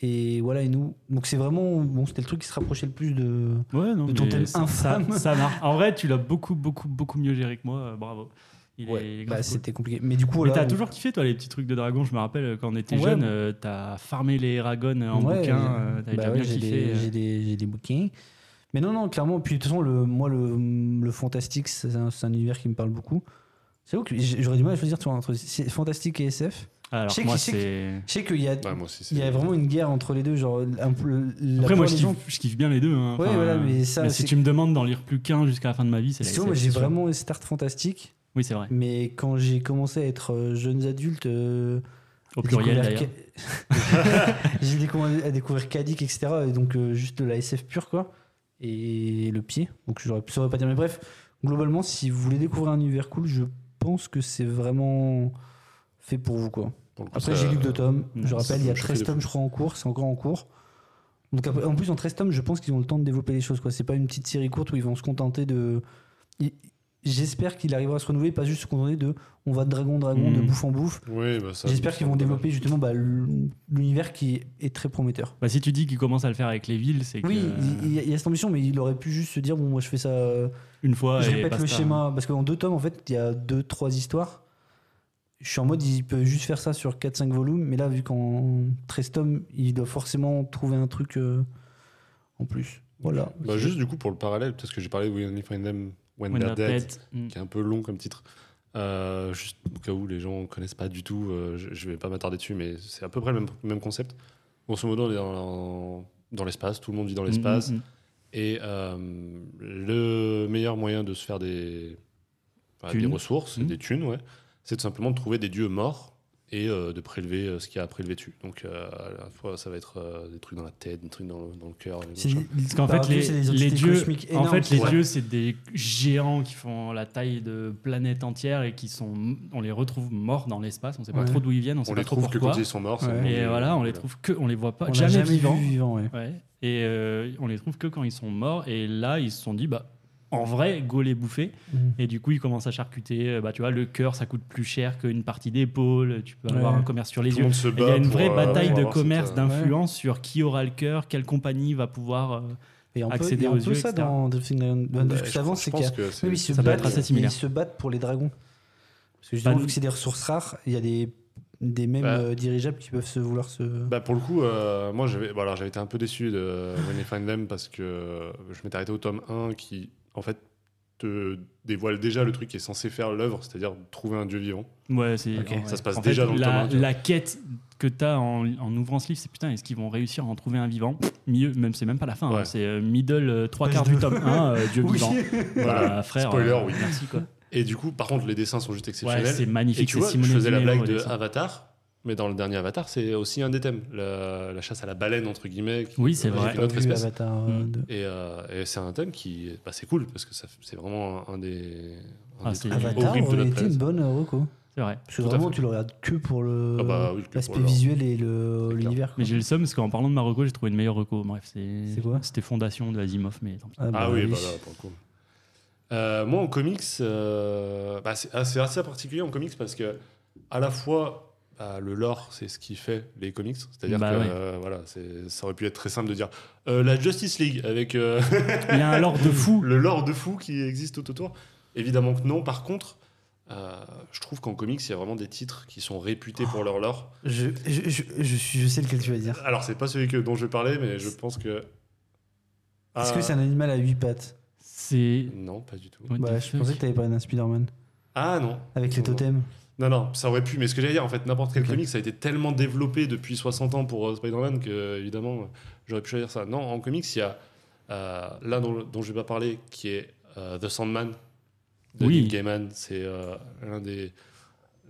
Et voilà, et nous. Donc c'est vraiment. Bon, c'était le truc qui se rapprochait le plus de. Ouais, non, De ton mais thème ça- infâme. Ça, ça marche. En vrai, tu l'as beaucoup, beaucoup, beaucoup mieux géré que moi. euh, bravo. Il Ouais, est, il est grave bah, cool. c'était compliqué. Mais du coup, Mais voilà, t'as on- toujours kiffé, toi, les petits trucs de dragon. Je me rappelle euh, quand on était Ouais, jeune, bon. euh, t'as farmé les Eragon en Ouais, bouquin. j'ai- euh, t'avais bah déjà ouais, bien j'ai kiffé. des- euh. J'ai des, j'ai des bouquins. Mais non, non, clairement. Puis de toute façon, le, moi, le, le fantastique, c'est un, c'est un univers qui me parle beaucoup. C'est vrai que j'ai- j'aurais du mal à choisir tu vois, entre c'est fantastique et SF. euh, Alors, Je sais moi, que- je sais que- c'est. Je sais qu'il y a, Ouais, Bah, moi aussi, c'est- il y a vraiment une guerre entre les deux. Genre, un peu le- la Après, moi, plupart je des kiffe, gens- je kiffe bien les deux. hein. Ouais, Enfin, voilà, mais ça, si c'est- tu me demandes d'en lire plus qu'un jusqu'à la fin de ma vie, c'est la c'est sûr, SF, moi, j'ai c'est sûr. vraiment start fantastique. Oui, c'est vrai. Mais quand j'ai commencé à être euh, jeunes adultes, euh, Au J'ai pluriel, découvert d'ailleurs. Ca- J'ai découvert, à découvrir Kadik, etc. Et donc, euh, juste de la SF pure, quoi. Et le pied. Donc, je ne saurais pas dire. Mais bref, globalement, si vous voulez découvrir un univers cool, je pense que c'est vraiment fait pour vous, quoi. Pour le coup, Après, ça- j'ai lu que deux tomes. non, Je ça rappelle, il y a me chauffe 13 de tomes, fou. je crois, en cours. C'est encore en cours. Donc, après- en plus, en 13 tomes, je pense qu'ils ont le temps de développer les choses, quoi. C'est pas une petite série courte où ils vont se contenter de. Ils- J'espère qu'il arrivera à se renouveler, pas juste se contenter de on va de dragon en dragon, de Mhm. bouffe en bouffe. Oui, bah, ça- J'espère qu'ils vont ça- développer justement bah, l- l'univers qui est très prometteur. Bah, si tu dis qu'ils commencent à le faire avec les villes, c'est que- euh, Oui, il il y, a- il y a cette ambition, mais il aurait pu juste se dire bon, moi je fais ça, euh, une fois. je et répète le basta. schéma, parce qu'en deux tomes en fait, il y a deux trois histoires. Je suis en mode, il peut juste faire ça sur 4-5 volumes, mais là, vu qu'en 13 tomes, il doit forcément trouver un truc euh, en plus. Voilà. Bah, juste du coup, pour le parallèle, parce que j'ai parlé de We Only Find Them When, When They're They're Dead, Dead. Mm. qui est un peu long comme titre. Euh, juste au cas où les gens ne connaissent pas du tout, euh, je, je vais pas m'attarder dessus, mais c'est à peu près le même, même concept. Grosso modo, on est dans, dans l'espace, tout le monde vit dans l'espace, Mm, mm, mm. et euh, le meilleur moyen de se faire des, enfin, des Thunes. ressources, Mhm. des thunes, ouais, c'est tout simplement de trouver des dieux morts et euh, de prélever euh, ce qu'il y a à prélever dessus. Donc euh, à la fois, ça va être euh, des trucs dans la tête, des trucs dans le, dans le cœur. des C'est- machins. Parce qu'en Bah, fait, en plus, c'est les, des les entités dieux, cosmiques en énormes fait, qui- les Ouais. dieux, c'est des géants qui font la taille de planètes entières et qui sont, on les retrouve morts dans l'espace. On sait pas Ouais. trop d'où ils viennent, on sait On pas les trop trouve que pourquoi. quand ils sont morts. c'est Ouais. bon, Et voilà, on les voilà. trouve que, on les voit pas, On l'a jamais, vu vivants. vivant, ouais. Ouais. Et euh, on les trouve que quand ils sont morts. Et là, ils se sont dit, bah, en vrai, go les bouffer. Mhm. Et du coup, ils commencent à charcuter. euh, Bah, tu vois, le cœur, ça coûte plus cher qu'une partie d'épaule. Tu peux avoir Ouais. un commerce sur les Tout le yeux. monde se Il y a bat une pour, vraie euh, bataille pour de avoir cette, commerce, euh, d'influence sur qui aura le cœur, quelle compagnie va pouvoir. euh, Et on peut, il Accéder y a un aux peu yeux, ça etc. dans Delphine Island. bah, De ce que je- j'avance, je c'est qu'il y pense a- que Oui, mais ils c'est- se Ça peut battent, être assez similaire. mais Ils se battent pour les dragons. Parce que justement, Bah, vu que c'est des ressources rares, il y a des, des mêmes Bah. euh, dirigeables qui peuvent se vouloir se. Bah, pour le coup, euh, moi j'avais bon, alors, j'avais été un peu déçu de When You Find Them parce que euh, je m'étais arrêté au tome 1 qui en fait te dévoile déjà le truc qui est censé faire l'œuvre, c'est-à-dire trouver un dieu vivant. Ouais, c'est. Ok. en vrai. Ça se passe En déjà fait, dans le la, tome un, tu vois. la quête que tu as en, en ouvrant ce livre, c'est putain, est-ce qu'ils vont réussir à en trouver un vivant Mieux, même c'est même pas la fin, Ouais. hein, c'est euh, middle euh, trois Page quarts du deux. tome 1, euh, Dieu vivant. Voilà. Bah, frère, Spoiler, euh, oui. merci quoi. Et du coup, par contre, les dessins sont juste Ouais, exceptionnels. c'est et magnifique, tu c'est vois, je Simone faisais la Vigneault blague de au dessin. Avatar, mais dans le dernier Avatar, c'est aussi un des thèmes, la, la chasse à la baleine entre guillemets. qui- Oui, c'est euh, vrai. avec une autre Vu espèce. Avatar, euh, Mm. de- Et, euh, et c'est un thème qui, bah, c'est cool parce que ça- c'est vraiment un des, un Ah, des c'est- trucs Avatar Avatar horribles de aurait notre été une planète. bonne euh, reco. C'est vrai. Parce Tout que à vraiment, fait. tu le regardes que pour le Ah bah oui, que pour l'aspect le- visuel et le- C'est clair. l'univers. Mais quoi. j'ai le seum parce qu'en parlant de Marocco, j'ai trouvé une meilleure reco. Bref, c'est C'est quoi c'était Fondation de Asimov, mais tant pis. Ah oui, oui. bah là, pour le coup. Euh, moi, en comics, euh, bah, c'est ah, c'est assez particulier en comics parce que, à la fois, bah, le lore, c'est ce qui fait les comics. C'est-à-dire Bah que ouais. euh, voilà, c'est- ça aurait pu être très simple de dire euh, la Justice League avec euh, Il y a un lore de fou. le lore de fou qui existe tout autour. Évidemment que non. Par contre, euh, je trouve qu'en comics, il y a vraiment des titres qui sont réputés pour leur lore. Je, je, je, je suis- je sais lequel tu vas dire. Alors, c'est pas celui que, dont je parlais, mais je pense que. Est-ce Ah, que c'est un animal à 8 pattes C'est. Non, pas du tout. What bah, the Je fuck pensais que tu avais parlé d'un Spider-Man. Ah non. Avec les Non, non. totems. Non, non, ça aurait pu, mais ce que j'allais dire, en fait, n'importe quel Ok. comic, ça a été tellement développé depuis 60 ans pour euh, Spider-Man que, euh, évidemment, euh, j'aurais pu choisir ça. Non, en comics, il y a euh, là dont, dont je vais pas parler, qui est euh, The Sandman de Oui. Neil Gaiman. C'est euh, l'un des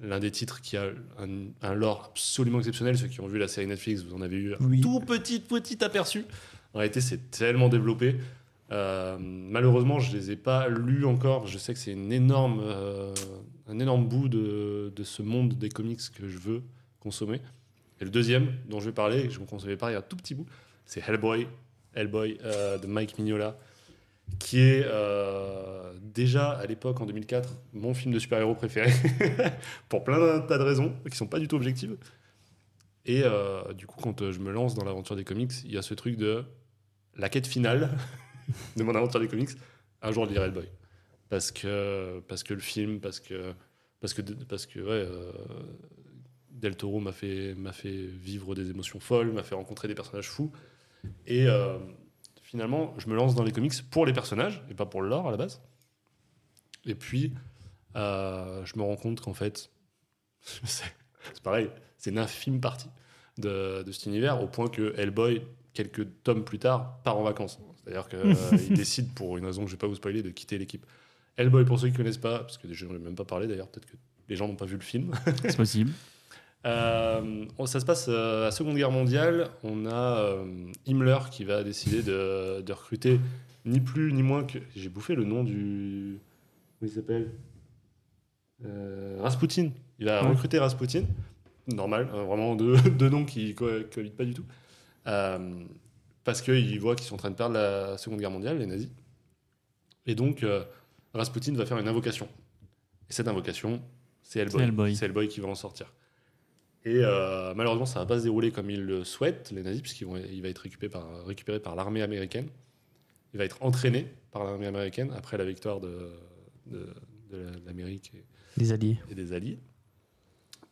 l'un des titres qui a un, un lore absolument exceptionnel. Ceux qui ont vu la série Netflix, vous en avez eu un Oui. tout petit, petit aperçu. En réalité, c'est tellement développé. Euh, malheureusement, je les ai pas lus encore. Je sais que c'est une énorme, euh, un énorme bout de, de ce monde des comics que je veux consommer. Et le deuxième dont je vais parler, et que je vous conseille pas, il y a un tout petit bout, c'est Hellboy, Hellboy euh, de Mike Mignola, qui est euh, déjà à l'époque en 2004 mon film de super-héros préféré pour plein d'un tas de raisons qui sont pas du tout objectives. Et euh, du coup, quand euh, je me lance dans l'aventure des comics, il y a ce truc de la quête finale de mon aventure des comics. Un jour, je lirai Hellboy. Parce que, parce que le film, parce que, parce que, parce que ouais, euh, Del Toro m'a fait, m'a fait vivre des émotions folles, m'a fait rencontrer des personnages fous. Et euh, finalement, je me lance dans les comics pour les personnages et pas pour le lore à la base. Et puis, euh, je me rends compte qu'en fait, c'est c'est pareil, c'est une infime partie de, de cet univers, au point que Hellboy, quelques tomes plus tard, part en vacances. C'est-à-dire qu'il décide, pour une raison que je ne vais pas vous spoiler, de quitter l'équipe. Hellboy, pour ceux qui ne connaissent pas, parce que je n'en ai même pas parlé d'ailleurs, peut-être que les gens n'ont pas vu le film. C'est possible. Euh, on- ça se passe euh, à la Seconde Guerre mondiale. On a euh, Himmler qui va décider de, de recruter ni plus ni moins que. J'ai bouffé le nom du. Comment il s'appelle Euh, Rasputin. Il va Ouais. recruter Rasputin. Normal, hein, vraiment deux, deux noms qui co- cohabitent pas du tout. Euh, parce qu'il voit qu'ils sont en train de perdre la Seconde Guerre mondiale, les nazis. Et donc, euh, Rasputin va faire une invocation. Et cette invocation, c'est Hellboy. C'est Hellboy. C'est Hellboy qui va en sortir. Et euh, malheureusement, ça va pas se dérouler comme ils le souhaitent, les nazis, puisqu'il vont- il va être récupéré par, récupéré par l'armée américaine. Il va être entraîné par l'armée américaine après la victoire de, de, de la- de l'Amérique et- Des alliés. et des alliés.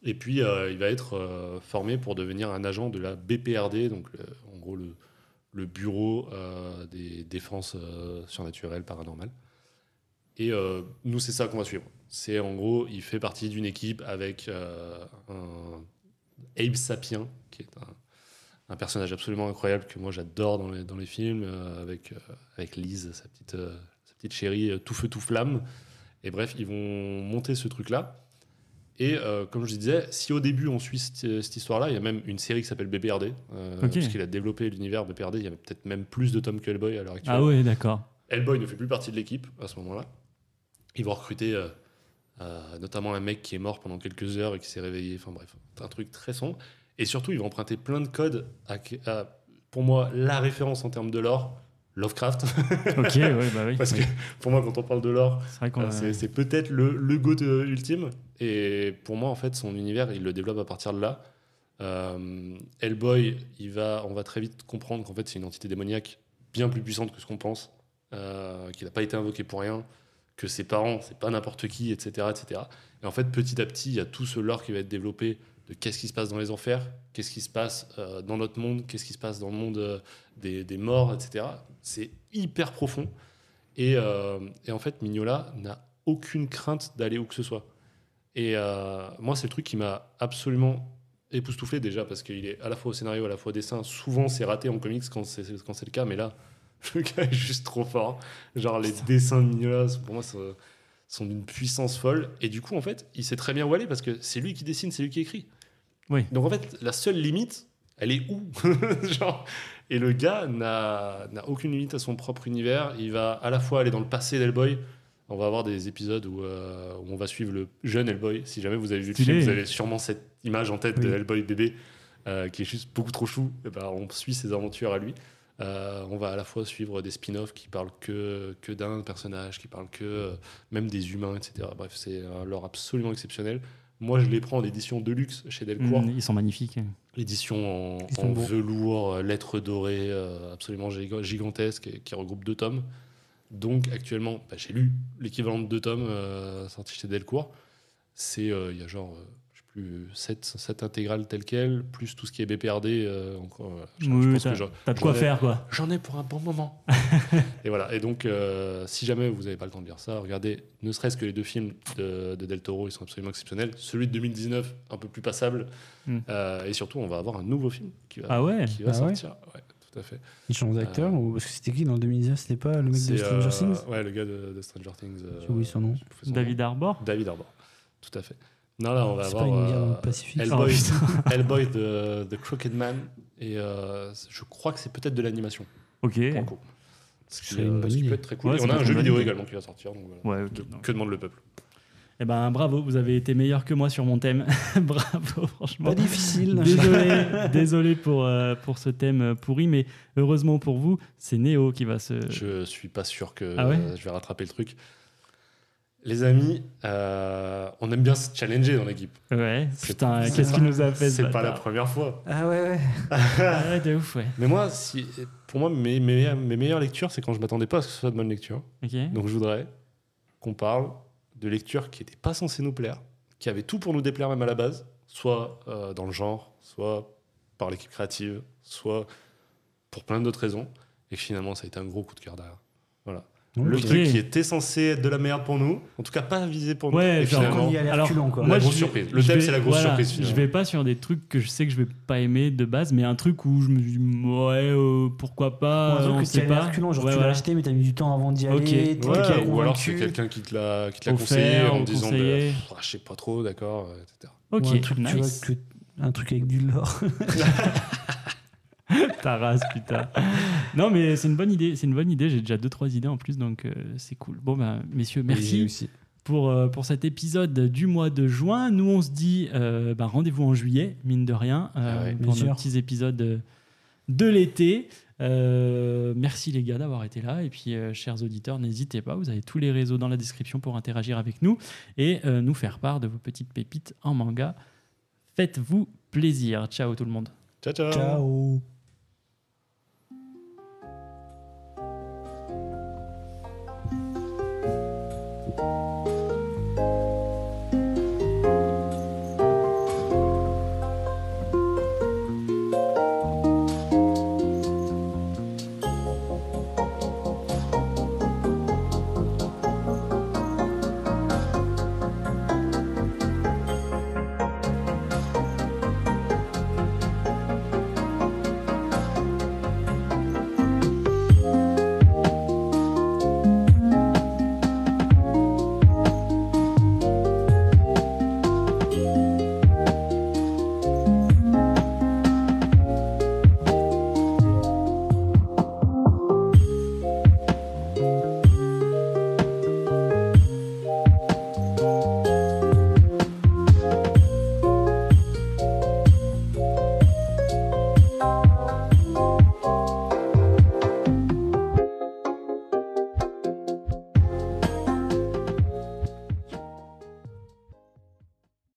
Et puis, euh, il va être euh, formé pour devenir un agent de la BPRD, donc le- en gros le, le bureau euh, des défenses euh, surnaturelles, paranormales. Et euh, nous, c'est ça qu'on va suivre. C'est en gros, il fait partie d'une équipe avec euh, un Abe Sapien, qui est un, un personnage absolument incroyable que moi j'adore dans les, dans les films, euh, avec, euh, avec Lise, sa petite, euh, sa petite chérie, euh, tout feu, tout flamme. Et bref, ils vont monter ce truc-là. Et euh, comme je disais, si au début on suit cette, cette histoire-là, il y a même une série qui s'appelle BPRD, euh, Ok. parce qu'il a développé l'univers BPRD, il y a peut-être même plus de Tom que Hellboy à l'heure actuelle. Ah ouais, d'accord. Hellboy ne fait plus partie de l'équipe à ce moment-là. Ils vont recruter euh, euh, notamment un mec qui est mort pendant quelques heures et qui s'est réveillé. Enfin bref, un truc très sombre. Et surtout, ils vont emprunter plein de codes à, à- pour moi, la référence en termes de lore, Lovecraft. Ok, ouais, bah oui. Parce que pour moi, quand on parle de lore, C'est vrai qu'on euh, c'est c'est peut-être le, le goût ultime. Et pour moi, en fait, son univers, il le développe à partir de là. Euh, Hellboy, il va, on va très vite comprendre qu'en fait, c'est une entité démoniaque bien plus puissante que ce qu'on pense, euh, qu'il n'a pas été invoqué pour rien, que ses parents, c'est pas n'importe qui, etc., etc. Et en fait, petit à petit, il y a tout ce lore qui va être développé de qu'est-ce qui se passe dans les enfers, qu'est-ce qui se passe euh, dans notre monde, qu'est-ce qui se passe dans le monde euh, des, des morts, etc. C'est hyper profond. Et, euh, et en fait, Mignola n'a aucune crainte d'aller où que ce soit. Et euh, moi, c'est le truc qui m'a absolument époustouflé déjà, parce qu'il est à la fois au scénario, à la fois au dessin. Souvent, c'est raté en comics quand c'est quand c'est le cas, mais là, le gars est juste trop fort. Genre, les dessins de Mignola, c'est- pour moi, ça- sont d'une puissance folle. Et du coup, en fait, il sait très bien où aller, parce que c'est lui qui dessine, c'est lui qui écrit. Oui. Donc, en fait, la seule limite, elle est où Genre, et le gars n'a n'a aucune limite à son propre univers. Il va à la fois aller dans le passé d'Hellboy. On va avoir des épisodes où, euh, où on va suivre le jeune Hellboy. Si jamais vous avez vu le Stylé. film, vous avez sûrement cette image en tête de Oui. Hellboy bébé, euh, qui est juste beaucoup trop chou. Et ben, on suit ses aventures à lui. Euh, on va à la fois suivre des spin-offs qui parlent que, que d'un personnage, qui parlent que euh, même des humains, etc. Bref, c'est un lore absolument exceptionnel. Moi, je les prends en édition de luxe chez Delcourt. Mm, ils sont magnifiques. Édition en, Mmh. Ils sont en beaux. velours, euh, lettres dorées, euh, absolument giga- gigantesque, et qui regroupe deux tomes. Donc actuellement, bah, j'ai lu l'équivalent de deux tomes euh, sortis chez Delcourt. C'est, euh, il y a genre, euh, je sais plus, sept, sept intégrales telles quelles, plus tout ce qui est BPRD. euh, encore, euh, je- je Oui, oui, pense que je- T'as de quoi j'aurais- faire, quoi. J'en ai pour un bon moment. et voilà. Et donc, euh, si jamais vous n'avez pas le temps de lire ça, regardez ne serait-ce que les deux films de, de Del Toro, ils sont absolument exceptionnels. Celui de 2019, un peu plus passable. Mm. Euh, et surtout, on va avoir un nouveau film qui va, Ah ouais qui va Hmm. Ah ouais sortir. Ouais, tout à fait. Ils changent d'acteur Euh, ou parce que c'était qui dans le 2019 C'était pas le mec de C'est, Stranger euh, Things Ouais, le gars de, de Stranger Things. euh, J'ai oublié son nom. j'ai bouffé son David Arbor nom. David Harbour. Tout à fait. Non, là, on va C'est avoir pas une guerre euh, dans le Oh, Pacifique. Hellboy, putain. Hellboy de, de Crooked Man. Et euh, je crois que c'est peut-être de l'animation. Ok. pour Ouais, le coup. Ce qui, serait une euh, bonne ce qui idée. peut être très cool. Ouais, Et ça on peut a un être jeu une vidéo bonne idée. également qui va sortir. donc voilà. ok. Que- non. Que demande le peuple Eh ben, bravo, vous avez été meilleur que moi sur mon thème. bravo, franchement. Pas difficile. Désolé, désolé pour, euh, pour ce thème pourri, mais heureusement pour vous, c'est Néo qui va se. Je suis pas sûr que euh, Ah ouais euh, je vais rattraper le truc. Les amis, euh, on aime bien se challenger dans l'équipe. Ouais. C'est- Putain, c'est qu'est-ce pas- qu'il nous a fait ce C'est pas la bâtard. première fois. Ah ouais, ouais. Ouais, de ouf, ouais. Mais moi, si, pour moi, mes, mes- mes meilleures lectures, c'est quand je m'attendais pas à ce que ce soit de bonnes lectures. Ok. Donc je voudrais qu'on parle de lectures qui n'étaient pas censées nous plaire, qui avaient tout pour nous déplaire même à la base, soit euh, dans le genre, soit par l'équipe créative, soit pour plein d'autres raisons, et que finalement ça a été un gros coup de cœur derrière. Voilà. Le Ok. truc qui était censé être de la merde pour nous, en tout cas pas visé pour nous, Ouais, et genre, finalement, Quand il y a l'air Alors, culon, quoi. La moi, grosse je vais- surprise. Le je thème, vais- c'est la grosse voilà, surprise, finalement. Je vais pas sur des trucs que je sais que je vais pas aimer de base, mais un truc où je me dis ouais euh, pourquoi Ou un pas, euh, truc euh, on que sait tu as l'air pas. culon, genre Ouais, tu l'as voilà. acheté, mais t'as mis du temps avant d'y aller. Ok. t'es Ouais, pas ou alors convaincu. c'est quelqu'un qui te l'a qui te l'a Offert conseillé en ou te disant de- conseillé. Pff, je sais pas trop d'accord euh, etc Ok, Ou un truc, tu vois, nice. que- un truc avec du lore. Ta race, putain. non, mais c'est une bonne idée. C'est une bonne idée. J'ai déjà deux trois idées en plus, donc euh, c'est cool. Bon ben, messieurs, merci pour euh, pour cet épisode du mois de juin. Nous, on se dit euh, ben, rendez-vous en juillet, mine de rien, euh, Ah ouais, pour bien nos sûr. petits épisodes euh, de l'été. Euh, merci les gars d'avoir été là et puis euh, chers auditeurs n'hésitez pas vous avez tous les réseaux dans la description pour interagir avec nous et euh, nous faire part de vos petites pépites en manga faites-vous plaisir ciao tout le monde ciao ciao Ciao.